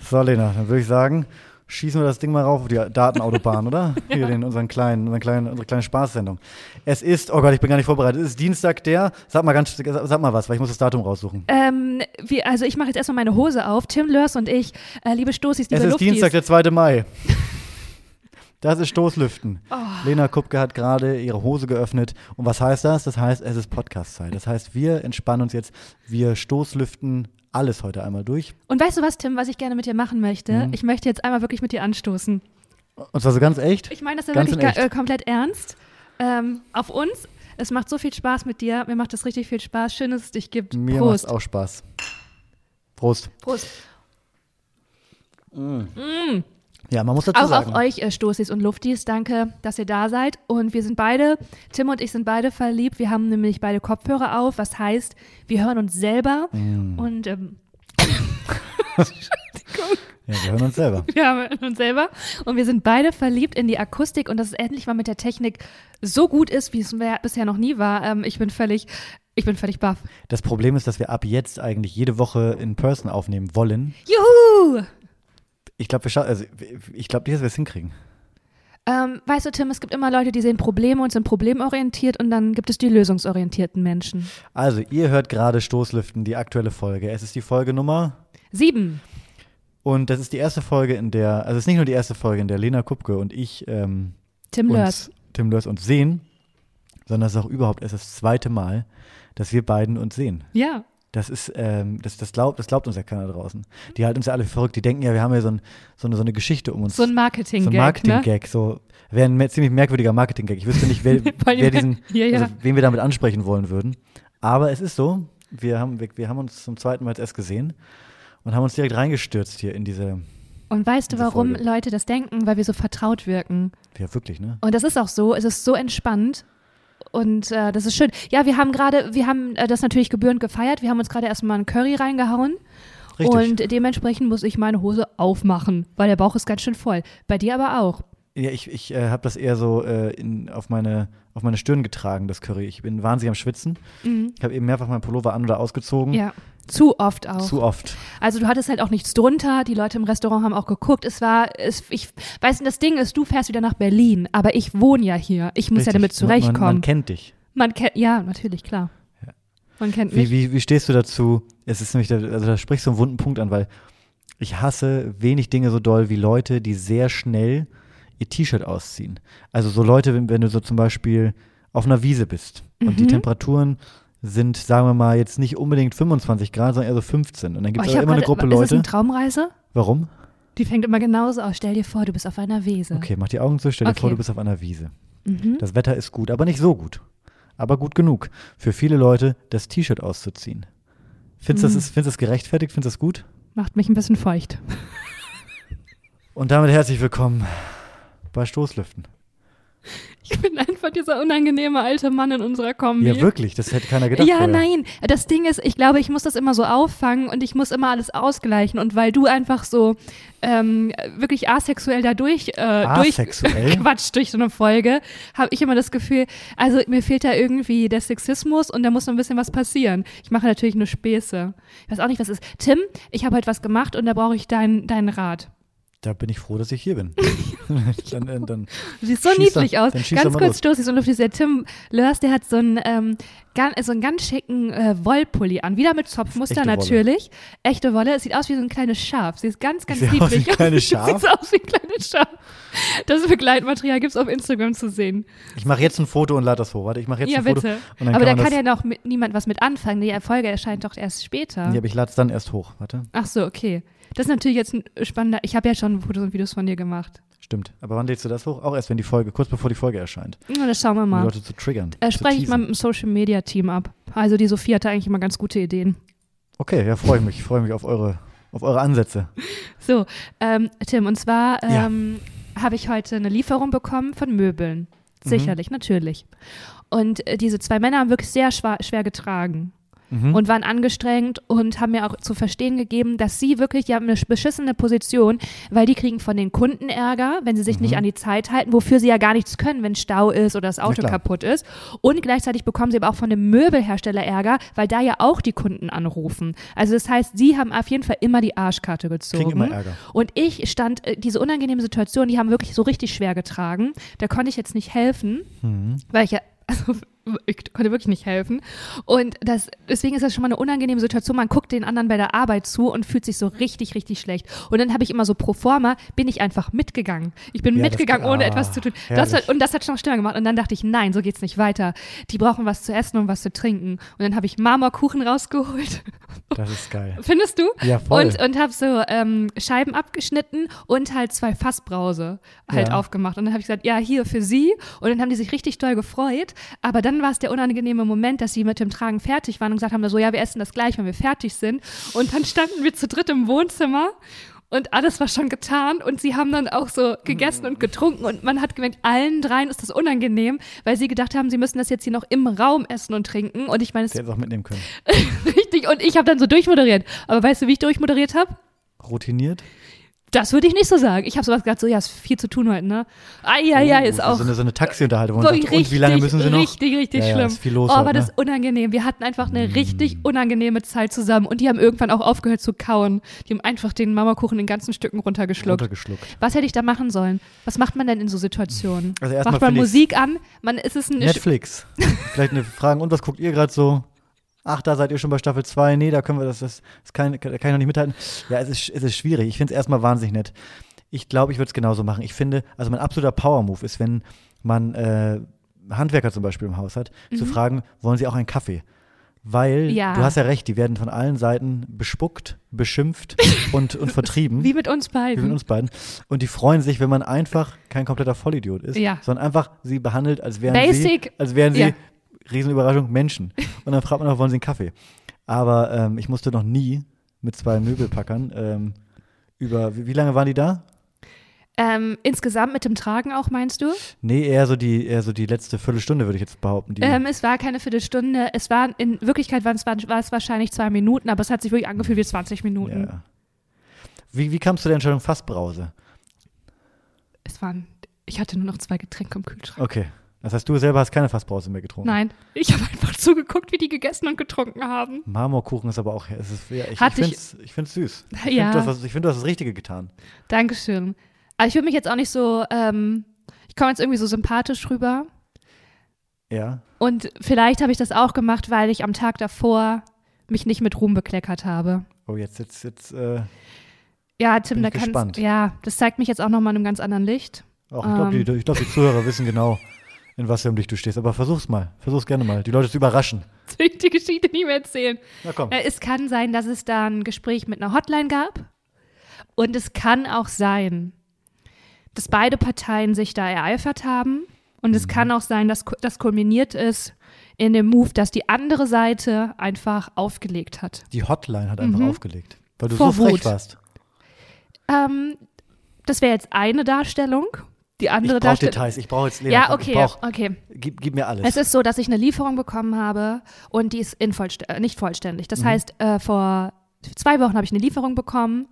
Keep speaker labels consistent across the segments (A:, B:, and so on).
A: So, Lena, dann würde ich sagen, schießen wir das Ding mal rauf auf die Datenautobahn, oder? Hier den, unseren kleinen, unseren kleinen, unsere kleine Spaßsendung. Es ist, oh Gott, ich bin gar nicht vorbereitet. Es ist Dienstag der, sag mal ganz, sag mal was, weil ich muss das Datum raussuchen.
B: Ähm, wir, also ich mache jetzt erstmal meine Hose auf. Tim Lörs und ich, äh, liebe Stoßis, liebe
A: es ist
B: Luftis.
A: Dienstag, der 2. Mai. Das ist Stoßlüften.
B: Oh.
A: Lena Kupke hat gerade ihre Hose geöffnet. Und was heißt das? Das heißt, es ist Podcast-Zeit. Das heißt, wir entspannen uns jetzt. Wir Stoßlüften alles heute einmal durch.
B: und weißt du was, Tim, was ich gerne mit dir machen möchte?
A: Mhm.
B: Ich möchte jetzt einmal wirklich mit dir anstoßen.
A: Und zwar so ganz echt.
B: Ich meine das ja
A: Ganz
B: wirklich
A: in
B: ga-
A: echt.
B: äh, komplett ernst. Ähm, auf uns. Es macht so viel Spaß mit dir. Mir macht es richtig viel Spaß. Schön, dass es dich gibt.
A: Mir macht
B: Prost.
A: auch Spaß. Prost.
B: Prost.
A: Ja, man muss dazu
B: Auch
A: sagen.
B: auf euch, äh, Stoßis und Luftis. Danke, dass ihr da seid. Und wir sind beide, Tim und ich sind beide verliebt. Wir haben nämlich beide Kopfhörer auf, was heißt, wir hören uns selber.
A: Mhm.
B: Und ähm,
A: Ja, wir hören uns selber.
B: wir haben uns selber. Und wir sind beide verliebt in die Akustik und dass es endlich mal mit der Technik so gut ist, wie es mehr- bisher noch nie war. Ähm, ich bin völlig, ich bin völlig baff.
A: Das Problem ist, dass wir ab jetzt eigentlich jede Woche in Person aufnehmen wollen.
B: Juhu!
A: Ich glaube, wir scha- also, ich glaube nicht, dass wir es hinkriegen.
B: Ähm, weißt du, Tim, es gibt immer Leute, die sehen Probleme und sind problemorientiert und dann gibt es die lösungsorientierten Menschen.
A: Also, ihr hört gerade Stoßlüften, die aktuelle Folge. Es ist die Folgenummer
B: Sieben.
A: Und das ist die erste Folge, in der, also es ist nicht nur die erste Folge, in der Lena Kupke und ich ähm,
B: Tim Lörs.
A: uns, Tim Lörs uns sehen, sondern es ist auch überhaupt erst das zweite Mal, dass wir beiden uns sehen.
B: Ja.
A: Das ist, ähm, das, das, glaubt, das glaubt uns ja keiner draußen. Die halten uns ja alle für verrückt, die denken ja, wir haben ja so, ein, so, eine, so eine Geschichte um uns.
B: So ein Marketing-Gag. ne?
A: so ein Marketing-Gag, so wäre ein mer- ziemlich merkwürdiger Marketing-Gag. Ich wüsste nicht, wer,
B: Vor allem-
A: wer diesen,
B: Ja, ja.
A: Also, wen wir damit ansprechen wollen würden. Aber es ist so, wir haben, wir, wir haben uns zum zweiten Mal jetzt erst gesehen und haben uns direkt reingestürzt hier in diese,
B: Ne? Und weißt du,
A: Diese
B: warum
A: Folge.
B: Leute das denken? Weil wir so vertraut wirken.
A: ja wirklich, ne?
B: Und das ist auch so. Es ist so entspannt. Und äh, das ist schön. Ja, wir haben gerade, wir haben äh, das natürlich gebührend gefeiert. Wir haben uns gerade erstmal einen Curry reingehauen.
A: Richtig.
B: Und dementsprechend muss ich meine Hose aufmachen, weil der Bauch ist ganz schön voll. Bei dir aber auch.
A: Ja, ich, ich äh, habe das eher so äh, in, auf, meine, auf meine Stirn getragen, das Curry. Ich bin wahnsinnig am Schwitzen. Ich habe eben mehrfach meinen Pullover an- oder ausgezogen.
B: Mhm. Ja. Zu oft auch.
A: Hm. Zu oft.
B: Also du hattest halt auch nichts drunter, die Leute im Restaurant haben auch geguckt. Es war, es, ich weiß nicht, das Ding ist, du fährst wieder nach Berlin, aber ich wohne ja hier. Ich muss ja
A: Richtig.
B: damit zurechtkommen.
A: Man, man, man kennt dich.
B: Man kennt, ja, natürlich, klar. Man kennt
A: Wie,
B: mich.
A: wie, wie stehst du dazu? Es ist nämlich, da, also da sprichst du einen wunden Punkt an, weil ich hasse wenig Dinge so doll wie Leute, die sehr schnell ihr T-Shirt ausziehen. Also so Leute, wenn, wenn du so zum Beispiel auf einer Wiese bist und
B: Mhm.
A: die Temperaturen sind, sagen wir mal, jetzt nicht unbedingt 25 Grad, sondern eher so 15. Und dann
B: Oh,
A: gibt
B: ich
A: es
B: hab
A: immer eine
B: grad-
A: Gruppe
B: ist das
A: Leute.
B: eine Traumreise?
A: Warum?
B: Die fängt immer genauso aus. Stell dir vor, du bist auf einer Wiese.
A: Okay, mach die Augen zu, stell dir
B: Okay. Mhm.
A: vor, du bist auf einer Wiese. Das Wetter ist gut, aber nicht so gut. Aber gut genug für viele Leute, das T-Shirt auszuziehen. Findest du
B: Mhm.
A: das, ist- findest du das gerechtfertigt? Findest du das gut?
B: Macht mich ein bisschen feucht.
A: Und damit herzlich willkommen bei Stoßlüften.
B: Ich bin einfach dieser unangenehme alte Mann in unserer Kombi.
A: Ja, wirklich, das hätte keiner gedacht.
B: ja,
A: vorher.
B: nein. Das Ding ist, ich glaube, ich muss das immer so auffangen und ich muss immer alles ausgleichen. Und weil du einfach so ähm, wirklich asexuell da durch, äh,
A: Asexuell?
B: durch quatscht durch so eine Folge, habe ich immer das Gefühl, also mir fehlt da irgendwie der Sexismus und da muss noch ein bisschen was passieren. Ich mache natürlich nur Späße. Ich weiß auch nicht, was ist. Tim, ich habe heute was gemacht und da brauche ich deinen, deinen Rat.
A: Da bin ich froh, dass ich hier bin. dann, dann, dann,
B: Du siehst so
A: Schieß doch-
B: niedlich aus.
A: dann schieß doch
B: Ganz
A: mal
B: kurz Stoßis und Luftis. Der Tim Lörs, der hat so einen, ähm, gan- so einen ganz schicken äh, Wollpulli an. Wieder mit Zopfmuster
A: Echte Wolle.
B: natürlich. Echte Wolle. Es sieht aus wie so ein kleines Schaf. Sie ist ganz, ganz
A: Ich sehe aus wie
B: niedlich.
A: ein kleines
B: Sie
A: Schaf?
B: sieht aus wie ein kleines Schaf. Das Begleitmaterial gibt es auf Instagram zu sehen.
A: ich mache jetzt ein Foto und lade das hoch. Warte, ich mache jetzt
B: ja,
A: ein Foto.
B: bitte.
A: Und dann
B: Aber
A: kann
B: da
A: man das,
B: kann ja noch mit, niemand was mit anfangen. Die Folge erscheint doch erst später.
A: ja, aber ich lade es dann erst hoch. Warte,
B: Ach so, okay. Das ist natürlich jetzt ein spannender. Ich habe ja schon Fotos und Videos von dir gemacht.
A: stimmt. Aber wann lädst du das hoch? Auch erst, wenn die Folge, kurz bevor die Folge erscheint.
B: Na, Das schauen wir
A: Um die
B: mal.
A: Leute zu triggern.
B: Äh,
A: zu
B: spreche ich
A: teasen.
B: mal mit dem Social Media Team ab. Also die Sophie hatte eigentlich immer ganz gute Ideen.
A: Okay, ja, freue ich mich. Freue mich auf eure, auf eure Ansätze.
B: So, ähm, Tim, und zwar
A: Ja.
B: ähm, habe ich heute eine Lieferung bekommen von Möbeln.
A: Mhm.
B: Sicherlich, natürlich. Und äh, diese zwei Männer haben wirklich sehr schwa- schwer getragen.
A: Mhm.
B: und waren angestrengt und haben mir auch zu verstehen gegeben, dass sie wirklich, die haben eine beschissene Position, weil die kriegen von den Kunden Ärger, wenn sie sich
A: Mhm.
B: nicht an die Zeit halten, wofür sie ja gar nichts können, wenn Stau ist oder das Auto
A: klar.
B: kaputt ist. Und gleichzeitig bekommen sie aber auch von dem Möbelhersteller Ärger, weil da ja auch die Kunden anrufen. Also das heißt, sie haben auf jeden Fall immer die Arschkarte gezogen.
A: immer Ärger.
B: Und ich stand, äh, diese unangenehme Situation, die haben wirklich so richtig schwer getragen. Da konnte ich jetzt nicht helfen,
A: Mhm.
B: weil ich ja, also ich konnte wirklich nicht helfen. Und das, deswegen ist das schon mal eine unangenehme Situation. Man guckt den anderen bei der Arbeit zu und fühlt sich so richtig, richtig schlecht. Und dann habe ich immer so pro forma, bin ich einfach mitgegangen. Ich bin
A: Ja, das-
B: mitgegangen, ohne
A: ah,
B: etwas zu tun. Das hat,
A: herrlich.
B: und das hat schon Stimme gemacht. Und dann dachte ich, nein, so geht's nicht weiter. Die brauchen was zu essen und was zu trinken. Und dann habe ich Marmorkuchen rausgeholt.
A: Das ist geil.
B: Findest du?
A: Ja, voll.
B: Und, und habe so ähm, Scheiben abgeschnitten und halt zwei Fassbrause halt
A: Ja.
B: aufgemacht. Und dann habe ich gesagt, ja, hier für sie. Und dann haben die sich richtig doll gefreut. Aber dann war es der unangenehme Moment, dass sie mit dem Tragen fertig waren und gesagt haben, so, ja, wir essen das gleich, wenn wir fertig sind. Und dann standen wir zu dritt im Wohnzimmer. Und alles war schon getan und sie haben dann auch so gegessen und getrunken und man hat gemerkt, allen dreien ist das unangenehm, weil sie gedacht haben, sie müssen das jetzt hier noch im Raum essen und trinken. Und ich meine, es
A: Der hätte es auch mitnehmen können.
B: Richtig, und ich habe dann so durchmoderiert. Aber weißt du, wie ich durchmoderiert habe?
A: Routiniert?
B: Das würde ich nicht so sagen. Ich habe sowas gesagt, so, ja, ist viel zu tun heute, ne? Ah, ja, ja, ist
A: Oh,
B: auch.
A: So eine, so eine Taxi-Unterhaltung. wo
B: so
A: man sagt, und wie lange müssen sie noch?
B: Richtig, richtig
A: Ja, ja,
B: schlimm.
A: ist viel los
B: oh,
A: heute,
B: war das
A: ne? Hm.
B: unangenehm. Wir hatten einfach eine richtig unangenehme Zeit zusammen und die haben irgendwann auch aufgehört zu kauen. Die haben einfach den Marmorkuchen in ganzen Stücken runtergeschluckt.
A: Runtergeschluckt.
B: Was hätte ich da machen sollen? Was macht man denn in so Situationen?
A: Also erstmal
B: macht man
A: finde ich's-
B: Musik an? Man ist es ein
A: Netflix. Vielleicht eine Frage, und was guckt ihr gerade so? Ach, da seid ihr schon bei Staffel 2. Nee, da können wir das, das, das kann, kann ich noch nicht mithalten. Ja, es ist, es ist schwierig. Ich finde es erstmal wahnsinnig nett. Ich glaube, ich würde es genauso machen. Ich finde, also mein absoluter Power-Move ist, wenn man äh, Handwerker zum Beispiel im Haus hat, zu fragen, wollen sie auch einen Kaffee? Weil,
B: Mhm. Ja.
A: du hast ja recht, die werden von allen Seiten bespuckt, beschimpft und, und vertrieben.
B: wie mit uns beiden.
A: Wir mit uns beiden. Und die freuen sich, wenn man einfach kein kompletter Vollidiot ist,
B: Ja.
A: sondern einfach sie behandelt, als wären
B: Basic.
A: sie, als wären sie,
B: Ja.
A: Riesenüberraschung, Menschen. Und dann fragt man auch, wollen sie einen Kaffee? Aber ähm, ich musste noch nie mit zwei Möbelpackern ähm, über, wie, wie lange waren die da?
B: ähm, insgesamt mit dem Tragen auch, meinst du?
A: Nee, eher so die, eher so die letzte Viertelstunde, würde ich jetzt behaupten. Die,
B: Ähm, es war keine Viertelstunde. Es waren in Wirklichkeit waren es, waren, war es wahrscheinlich zwei Minuten, aber es hat sich wirklich angefühlt wie 20 Minuten.
A: ja. wie, wie kamst du der Entscheidung Fassbrause?
B: Es waren. Ich hatte nur noch zwei Getränke im Kühlschrank.
A: Okay. Das heißt, du selber hast keine Fassbrause mehr getrunken.
B: Nein, ich habe einfach zugeguckt, wie die gegessen und getrunken haben.
A: Marmorkuchen ist aber auch, es ist, ja, ich, ich
B: Hatte
A: finde
B: ich-
A: es ich find's süß. Ich finde,
B: Ja.
A: du, hast was- ich find, du hast das Richtige getan.
B: Dankeschön. Aber ich würde mich jetzt auch nicht so. Ähm, ich komme jetzt irgendwie so sympathisch rüber.
A: Ja.
B: Und vielleicht habe ich das auch gemacht, weil ich am Tag davor mich nicht mit Ruhm bekleckert habe.
A: Oh, jetzt, jetzt, jetzt, äh,
B: Ja, Tim,
A: Bin
B: da
A: ich
B: kannst
A: gespannt.
B: ja, das zeigt mich jetzt auch nochmal in einem ganz anderen Licht.
A: auch, ich glaube,
B: Ähm.
A: die, ich glaub, die Zuhörer wissen genau, in was für einem Licht du stehst. Aber versuch's mal. Versuch's gerne mal. Die Leute zu überraschen.
B: Jetzt will ich die Geschichte nicht mehr erzählen.
A: Na komm.
B: Ja, Äh, es kann sein, dass es da ein Gespräch mit einer Hotline gab. Und es kann auch sein, dass beide Parteien sich da ereifert haben. Und
A: Mhm.
B: es kann auch sein, dass ku- das kulminiert ist in dem Move, dass die andere Seite einfach aufgelegt hat.
A: Die Hotline hat einfach aufgelegt. Weil du
B: Mhm. Vor
A: so frech
B: Wut.
A: warst.
B: Ähm, das wäre jetzt eine Darstellung. Die
A: Ich
B: andere
A: brauch
B: Darstellung.
A: Details. Ich brauch jetzt Lena.
B: Ja,
A: komm,
B: okay,
A: Ich brauch,
B: okay.
A: gib, gib mir alles.
B: Es ist so, dass ich eine Lieferung bekommen habe und die ist invollst- äh, nicht vollständig.
A: Mhm.
B: Das heißt, äh, vor zwei Wochen habe ich eine Lieferung bekommen,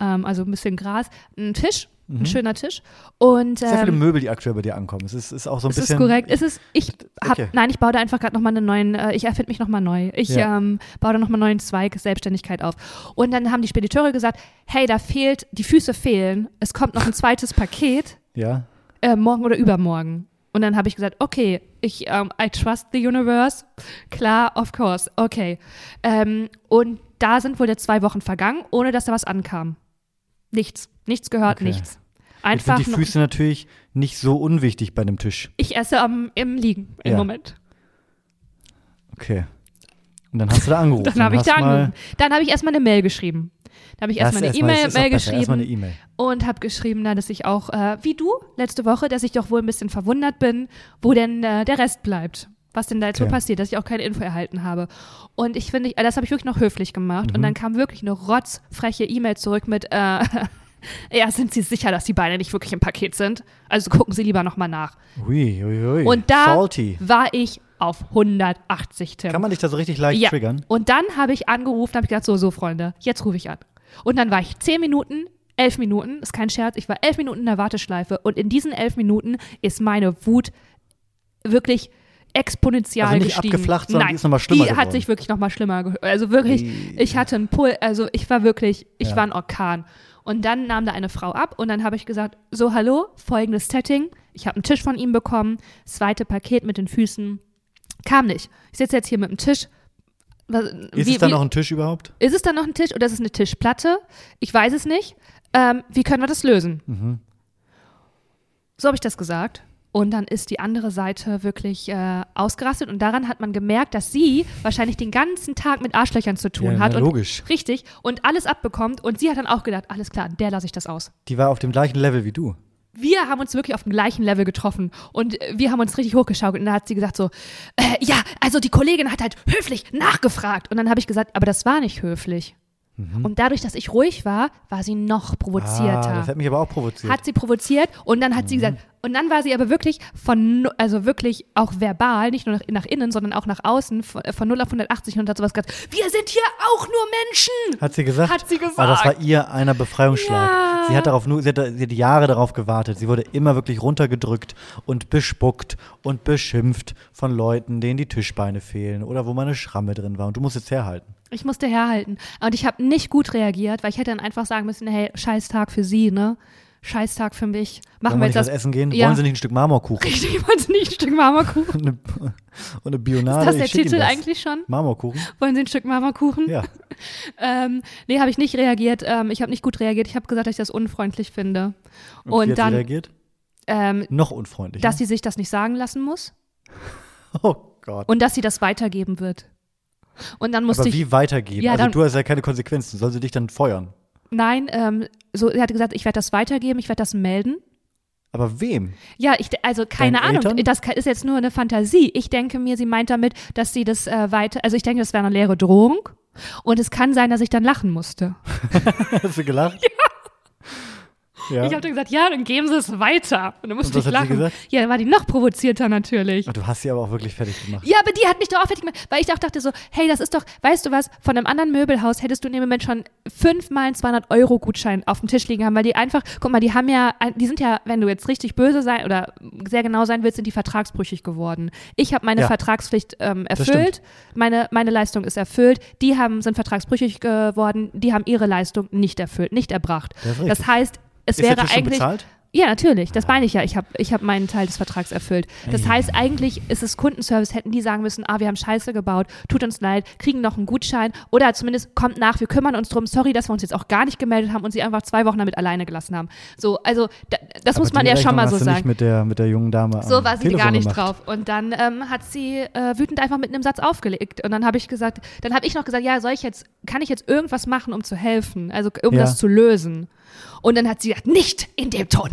B: ähm, also ein bisschen Gras, ein Tisch, ein schöner Tisch. Und
A: Mhm. Sehr viele
B: ähm,
A: Möbel, die aktuell bei dir ankommen. Es ist, ist auch so ein
B: es
A: bisschen.
B: ist korrekt. Es ist, ich hab,
A: Okay.
B: nein, ich baue da einfach gerade nochmal einen neuen, äh, ich erfinde mich nochmal neu. Ich
A: Ja.
B: ähm, baue da nochmal einen neuen Zweig Selbstständigkeit auf. Und dann haben die Spediteure gesagt, hey, da fehlt, die Füße fehlen, es kommt noch ein zweites Paket
A: Ja.
B: äh, morgen oder übermorgen. Und dann habe ich gesagt, okay, ich, ähm, I trust the universe. Klar, of course, okay. Ähm, und da sind wohl jetzt zwei Wochen vergangen, ohne dass da was ankam. Nichts, nichts gehört,
A: Okay.
B: nichts.
A: Jetzt sind
B: Einfach
A: die
B: nur-
A: Füße natürlich nicht so unwichtig bei einem Tisch.
B: ich esse am, im Liegen im
A: Ja.
B: Moment.
A: Okay. Und Oh, dann hast du da angerufen.
B: Dann habe ich
A: hast
B: da
A: mal-
B: angerufen. Dann habe ich erstmal eine Mail geschrieben. Dann habe ich
A: Das
B: erstmal eine
A: erstmal- das
B: E-Mail
A: ist auch
B: Mail
A: besser. Erstmal
B: geschrieben.
A: eine E-Mail.
B: Und habe geschrieben, na, dass ich auch, äh, wie du letzte Woche, dass ich doch wohl ein bisschen verwundert bin, wo denn äh, der Rest bleibt. Was denn da jetzt
A: Okay.
B: wohl passiert, dass ich auch keine Info erhalten habe. Und
A: Mhm.
B: ich finde, ich- äh, das habe ich wirklich noch höflich gemacht. Und dann kam wirklich eine rotzfreche E-Mail zurück mit, äh, Ja, sind Sie sicher, dass die Beine nicht wirklich im Paket sind? Also gucken Sie lieber nochmal nach.
A: Ui, ui, ui.
B: Und da
A: Faulty.
B: war ich auf 180, Tim.
A: Kann man dich da so richtig leicht
B: ja.
A: triggern?
B: Und dann habe ich angerufen, habe ich gedacht, so, so, Freunde, jetzt rufe ich an. Und dann war ich 10 Minuten, 11 Minuten, ist kein Scherz, ich war 11 Minuten in der Warteschleife und in diesen 11 Minuten ist meine Wut wirklich exponentiell
A: Also nicht
B: gestiegen.
A: abgeflacht, sondern
B: Nein,
A: die ist noch mal schlimmer
B: Die hat
A: geworden.
B: sich wirklich nochmal schlimmer gehört. Also wirklich,
A: Ei.
B: ich hatte einen Pull, also ich war wirklich, ich
A: Ja.
B: war ein Orkan. Und dann nahm da eine Frau ab und dann habe ich gesagt, so hallo, folgendes Setting. Ich habe einen Tisch von ihm bekommen, zweite Paket mit den Füßen. Kam nicht. Ich sitze jetzt hier mit dem Tisch. Was,
A: Ist
B: wie-
A: es da
B: wie-
A: noch ein Tisch überhaupt?
B: ist es dann noch ein Tisch oder ist es eine Tischplatte? Ich weiß es nicht. Ähm, wie können wir das lösen?
A: Mhm.
B: So habe ich das gesagt. Und dann ist die andere Seite wirklich äh, ausgerastet. Und daran hat man gemerkt, dass sie wahrscheinlich den ganzen Tag mit Arschlöchern zu tun
A: Ja,
B: hat.
A: na,
B: und,
A: logisch.
B: Richtig. Und alles abbekommt. Und sie hat dann auch gedacht, alles klar, an der lasse ich das aus.
A: Die war auf dem gleichen Level wie du.
B: Wir haben uns wirklich auf dem gleichen Level getroffen. Und äh, wir haben uns richtig hochgeschaukelt. Und dann hat sie gesagt so, äh, ja, also die Kollegin hat halt höflich nachgefragt. Und dann habe ich gesagt, aber das war nicht höflich. Und dadurch, dass ich ruhig war, war sie noch
A: Mhm. Ah,
B: provozierter.
A: das Mhm. hat mich aber auch provoziert.
B: hat sie provoziert und dann hat sie gesagt, und dann war sie aber wirklich von, nu- also wirklich auch verbal, nicht nur nach, nach innen, sondern auch nach außen, von, äh, von 0 auf 180 und hat sowas gesagt, wir sind hier auch nur Menschen.
A: Hat sie gesagt?
B: Hat sie gesagt.
A: Ah, das war ihr einer Befreiungsschlag.
B: Ja.
A: Sie hat darauf nur, sie hat, sie hat Jahre darauf gewartet. Sie wurde immer wirklich runtergedrückt und bespuckt und beschimpft von Leuten, denen die Tischbeine fehlen oder wo mal eine Schramme drin war. Und du musst jetzt herhalten.
B: Ich musste herhalten. Und ich habe nicht gut reagiert, weil ich hätte dann einfach sagen müssen, hey, scheiß Tag für sie, ne? Scheiß Tag für mich.
A: Wollen
B: Machen wir
A: wir
B: jetzt
A: nicht
B: das
A: was essen gehen?
B: Ja.
A: Wollen sie nicht ein Stück Marmorkuchen?
B: Richtig, wollen Sie nicht ein Stück Marmorkuchen?
A: Und eine, und eine Bionade.
B: Ist das der
A: Ah, Ich schick ihm
B: Titel
A: das.
B: eigentlich schon?
A: Marmorkuchen?
B: Wollen Sie ein Stück Marmorkuchen?
A: Ja.
B: Ähm, nee, habe ich nicht reagiert. Ähm, ich habe nicht gut reagiert. Ich habe gesagt, dass ich das unfreundlich finde. Und,
A: wie hat sie
B: dann,
A: reagiert?
B: ähm,
A: Noch unfreundlicher.
B: dass sie sich das nicht sagen lassen muss
A: oh Gott.
B: und dass sie das weitergeben wird. Und dann musste
A: Aber
B: ich.
A: wie weitergeben?
B: Ja,
A: also
B: dann-
A: du hast ja keine Konsequenzen. Soll sie dich dann feuern?
B: Nein, ähm, so, sie hatte gesagt, ich werde das weitergeben, ich werde das melden.
A: Aber wem?
B: Ja, ich, de- also keine
A: Deinen
B: Ahnung,
A: Eltern?
B: das ka- ist jetzt nur eine Fantasie. Ich denke mir, sie meint damit, dass sie das äh, weiter, also ich denke, das wäre eine leere Drohung. Und es kann sein, dass ich dann lachen musste.
A: Hast du gelacht? Ja.
B: Ich habe dann gesagt, ja, dann geben sie es weiter. Und dann musste
A: Und was
B: ich
A: hat
B: lachen.
A: sie gesagt?
B: Ja, dann war die noch provozierter natürlich.
A: Ah, Du hast sie aber auch wirklich fertig gemacht.
B: Ja, aber die hat mich doch auch fertig gemacht, weil ich auch dachte so, hey, das ist doch, weißt du was, von einem anderen Möbelhaus hättest du in dem Moment schon fünfmal einen 200-Euro-Gutschein auf dem Tisch liegen haben, weil die einfach, guck mal, die haben ja, die sind ja, wenn du jetzt richtig böse sein oder sehr genau sein willst, sind die vertragsbrüchig geworden. Ich habe meine
A: Ja.
B: Vertragspflicht ähm,
A: stimmt.
B: erfüllt, meine, meine Leistung ist erfüllt, die haben, sind vertragsbrüchig geworden, die haben ihre Leistung nicht erfüllt, nicht erbracht.
A: Das ist richtig.
B: Das heißt, es
A: Ist der
B: wäre
A: Tisch schon
B: eigentlich
A: bezahlt?
B: ja, natürlich. Das meine ich ja. Ich habe ich hab meinen Teil des Vertrags erfüllt.
A: Hm.
B: Das heißt, eigentlich ist es Kundenservice, hätten die sagen müssen, ah, wir haben Scheiße gebaut, tut uns leid, kriegen noch einen Gutschein oder zumindest kommt nach, wir kümmern uns drum, sorry, dass wir uns jetzt auch gar nicht gemeldet haben und sie einfach zwei Wochen damit alleine gelassen haben. So, also da, das muss
A: Aber
B: man
A: die
B: ja schon
A: Rechnung
B: mal
A: hast
B: so
A: du Nicht
B: sagen.
A: mit der, mit der jungen Dame.
B: So
A: am
B: war sie
A: Telefon
B: gar nicht
A: gemacht.
B: drauf. Und dann ähm, hat sie äh, wütend einfach mit einem Satz aufgelegt. Und dann habe ich gesagt, dann habe ich noch gesagt, ja, soll ich jetzt, kann ich jetzt irgendwas machen, um zu helfen, also um
A: Ja.
B: das zu lösen? Und dann hat sie gesagt, nicht in dem Ton.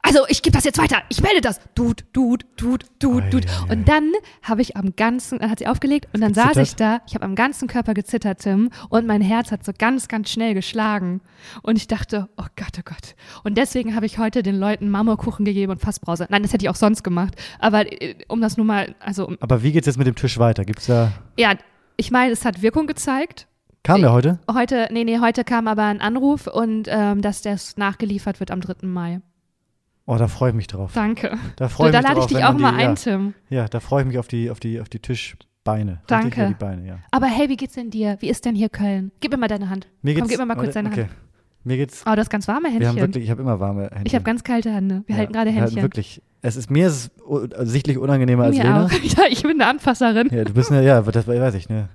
B: Also ich gebe das jetzt weiter. Ich melde das. Dut, dut, dut, dut, dut.
A: Ei, ei, ei.
B: Und dann habe ich am ganzen, dann hat sie aufgelegt und dann saß
A: gezittert?
B: ich da. Ich habe am ganzen Körper gezittert, Tim. Und mein Herz hat so ganz, ganz schnell geschlagen. Und ich dachte, oh Gott, oh Gott. Und deswegen habe ich heute den Leuten Marmorkuchen gegeben und Fassbrause. Nein, das hätte ich auch sonst gemacht. Aber äh, um das nur mal, also um,
A: Aber wie geht's jetzt mit dem Tisch weiter? Gibt's da.
B: ja, ich meine, es hat Wirkung gezeigt.
A: Kam der heute?
B: Heute, nee, nee, heute kam aber ein Anruf und ähm, dass das nachgeliefert wird am 3. Mai.
A: Oh, da freue ich mich drauf.
B: Danke.
A: Da freue ich
B: da
A: mich
B: lade
A: drauf.
B: ich dich
A: wenn
B: auch
A: man die,
B: mal
A: ja,
B: ein, Tim.
A: Ja, da freue ich mich auf die, auf die, auf die Tischbeine. Richtig,
B: Danke.
A: ja, Die Beine, ja.
B: Aber hey, wie geht's denn dir? Wie ist denn hier Köln? Gib mir mal deine Hand.
A: Mir geht's,
B: Komm, gib mir mal kurz deine
A: okay.
B: Hand.
A: Mir geht's.
B: Oh, du hast ganz warme
A: Wir haben
B: Händchen.
A: wirklich, ich habe immer warme Händchen.
B: ich habe ganz kalte Hände. Wir halten gerade
A: Wir
B: Händchen.
A: halten wirklich. Es ist, mir ist es u- sichtlich unangenehmer als
B: Mir
A: Lena.
B: auch. Ja, ich bin eine Anfasserin.
A: Ja, du bist eine, ja, das weiß ich, ne.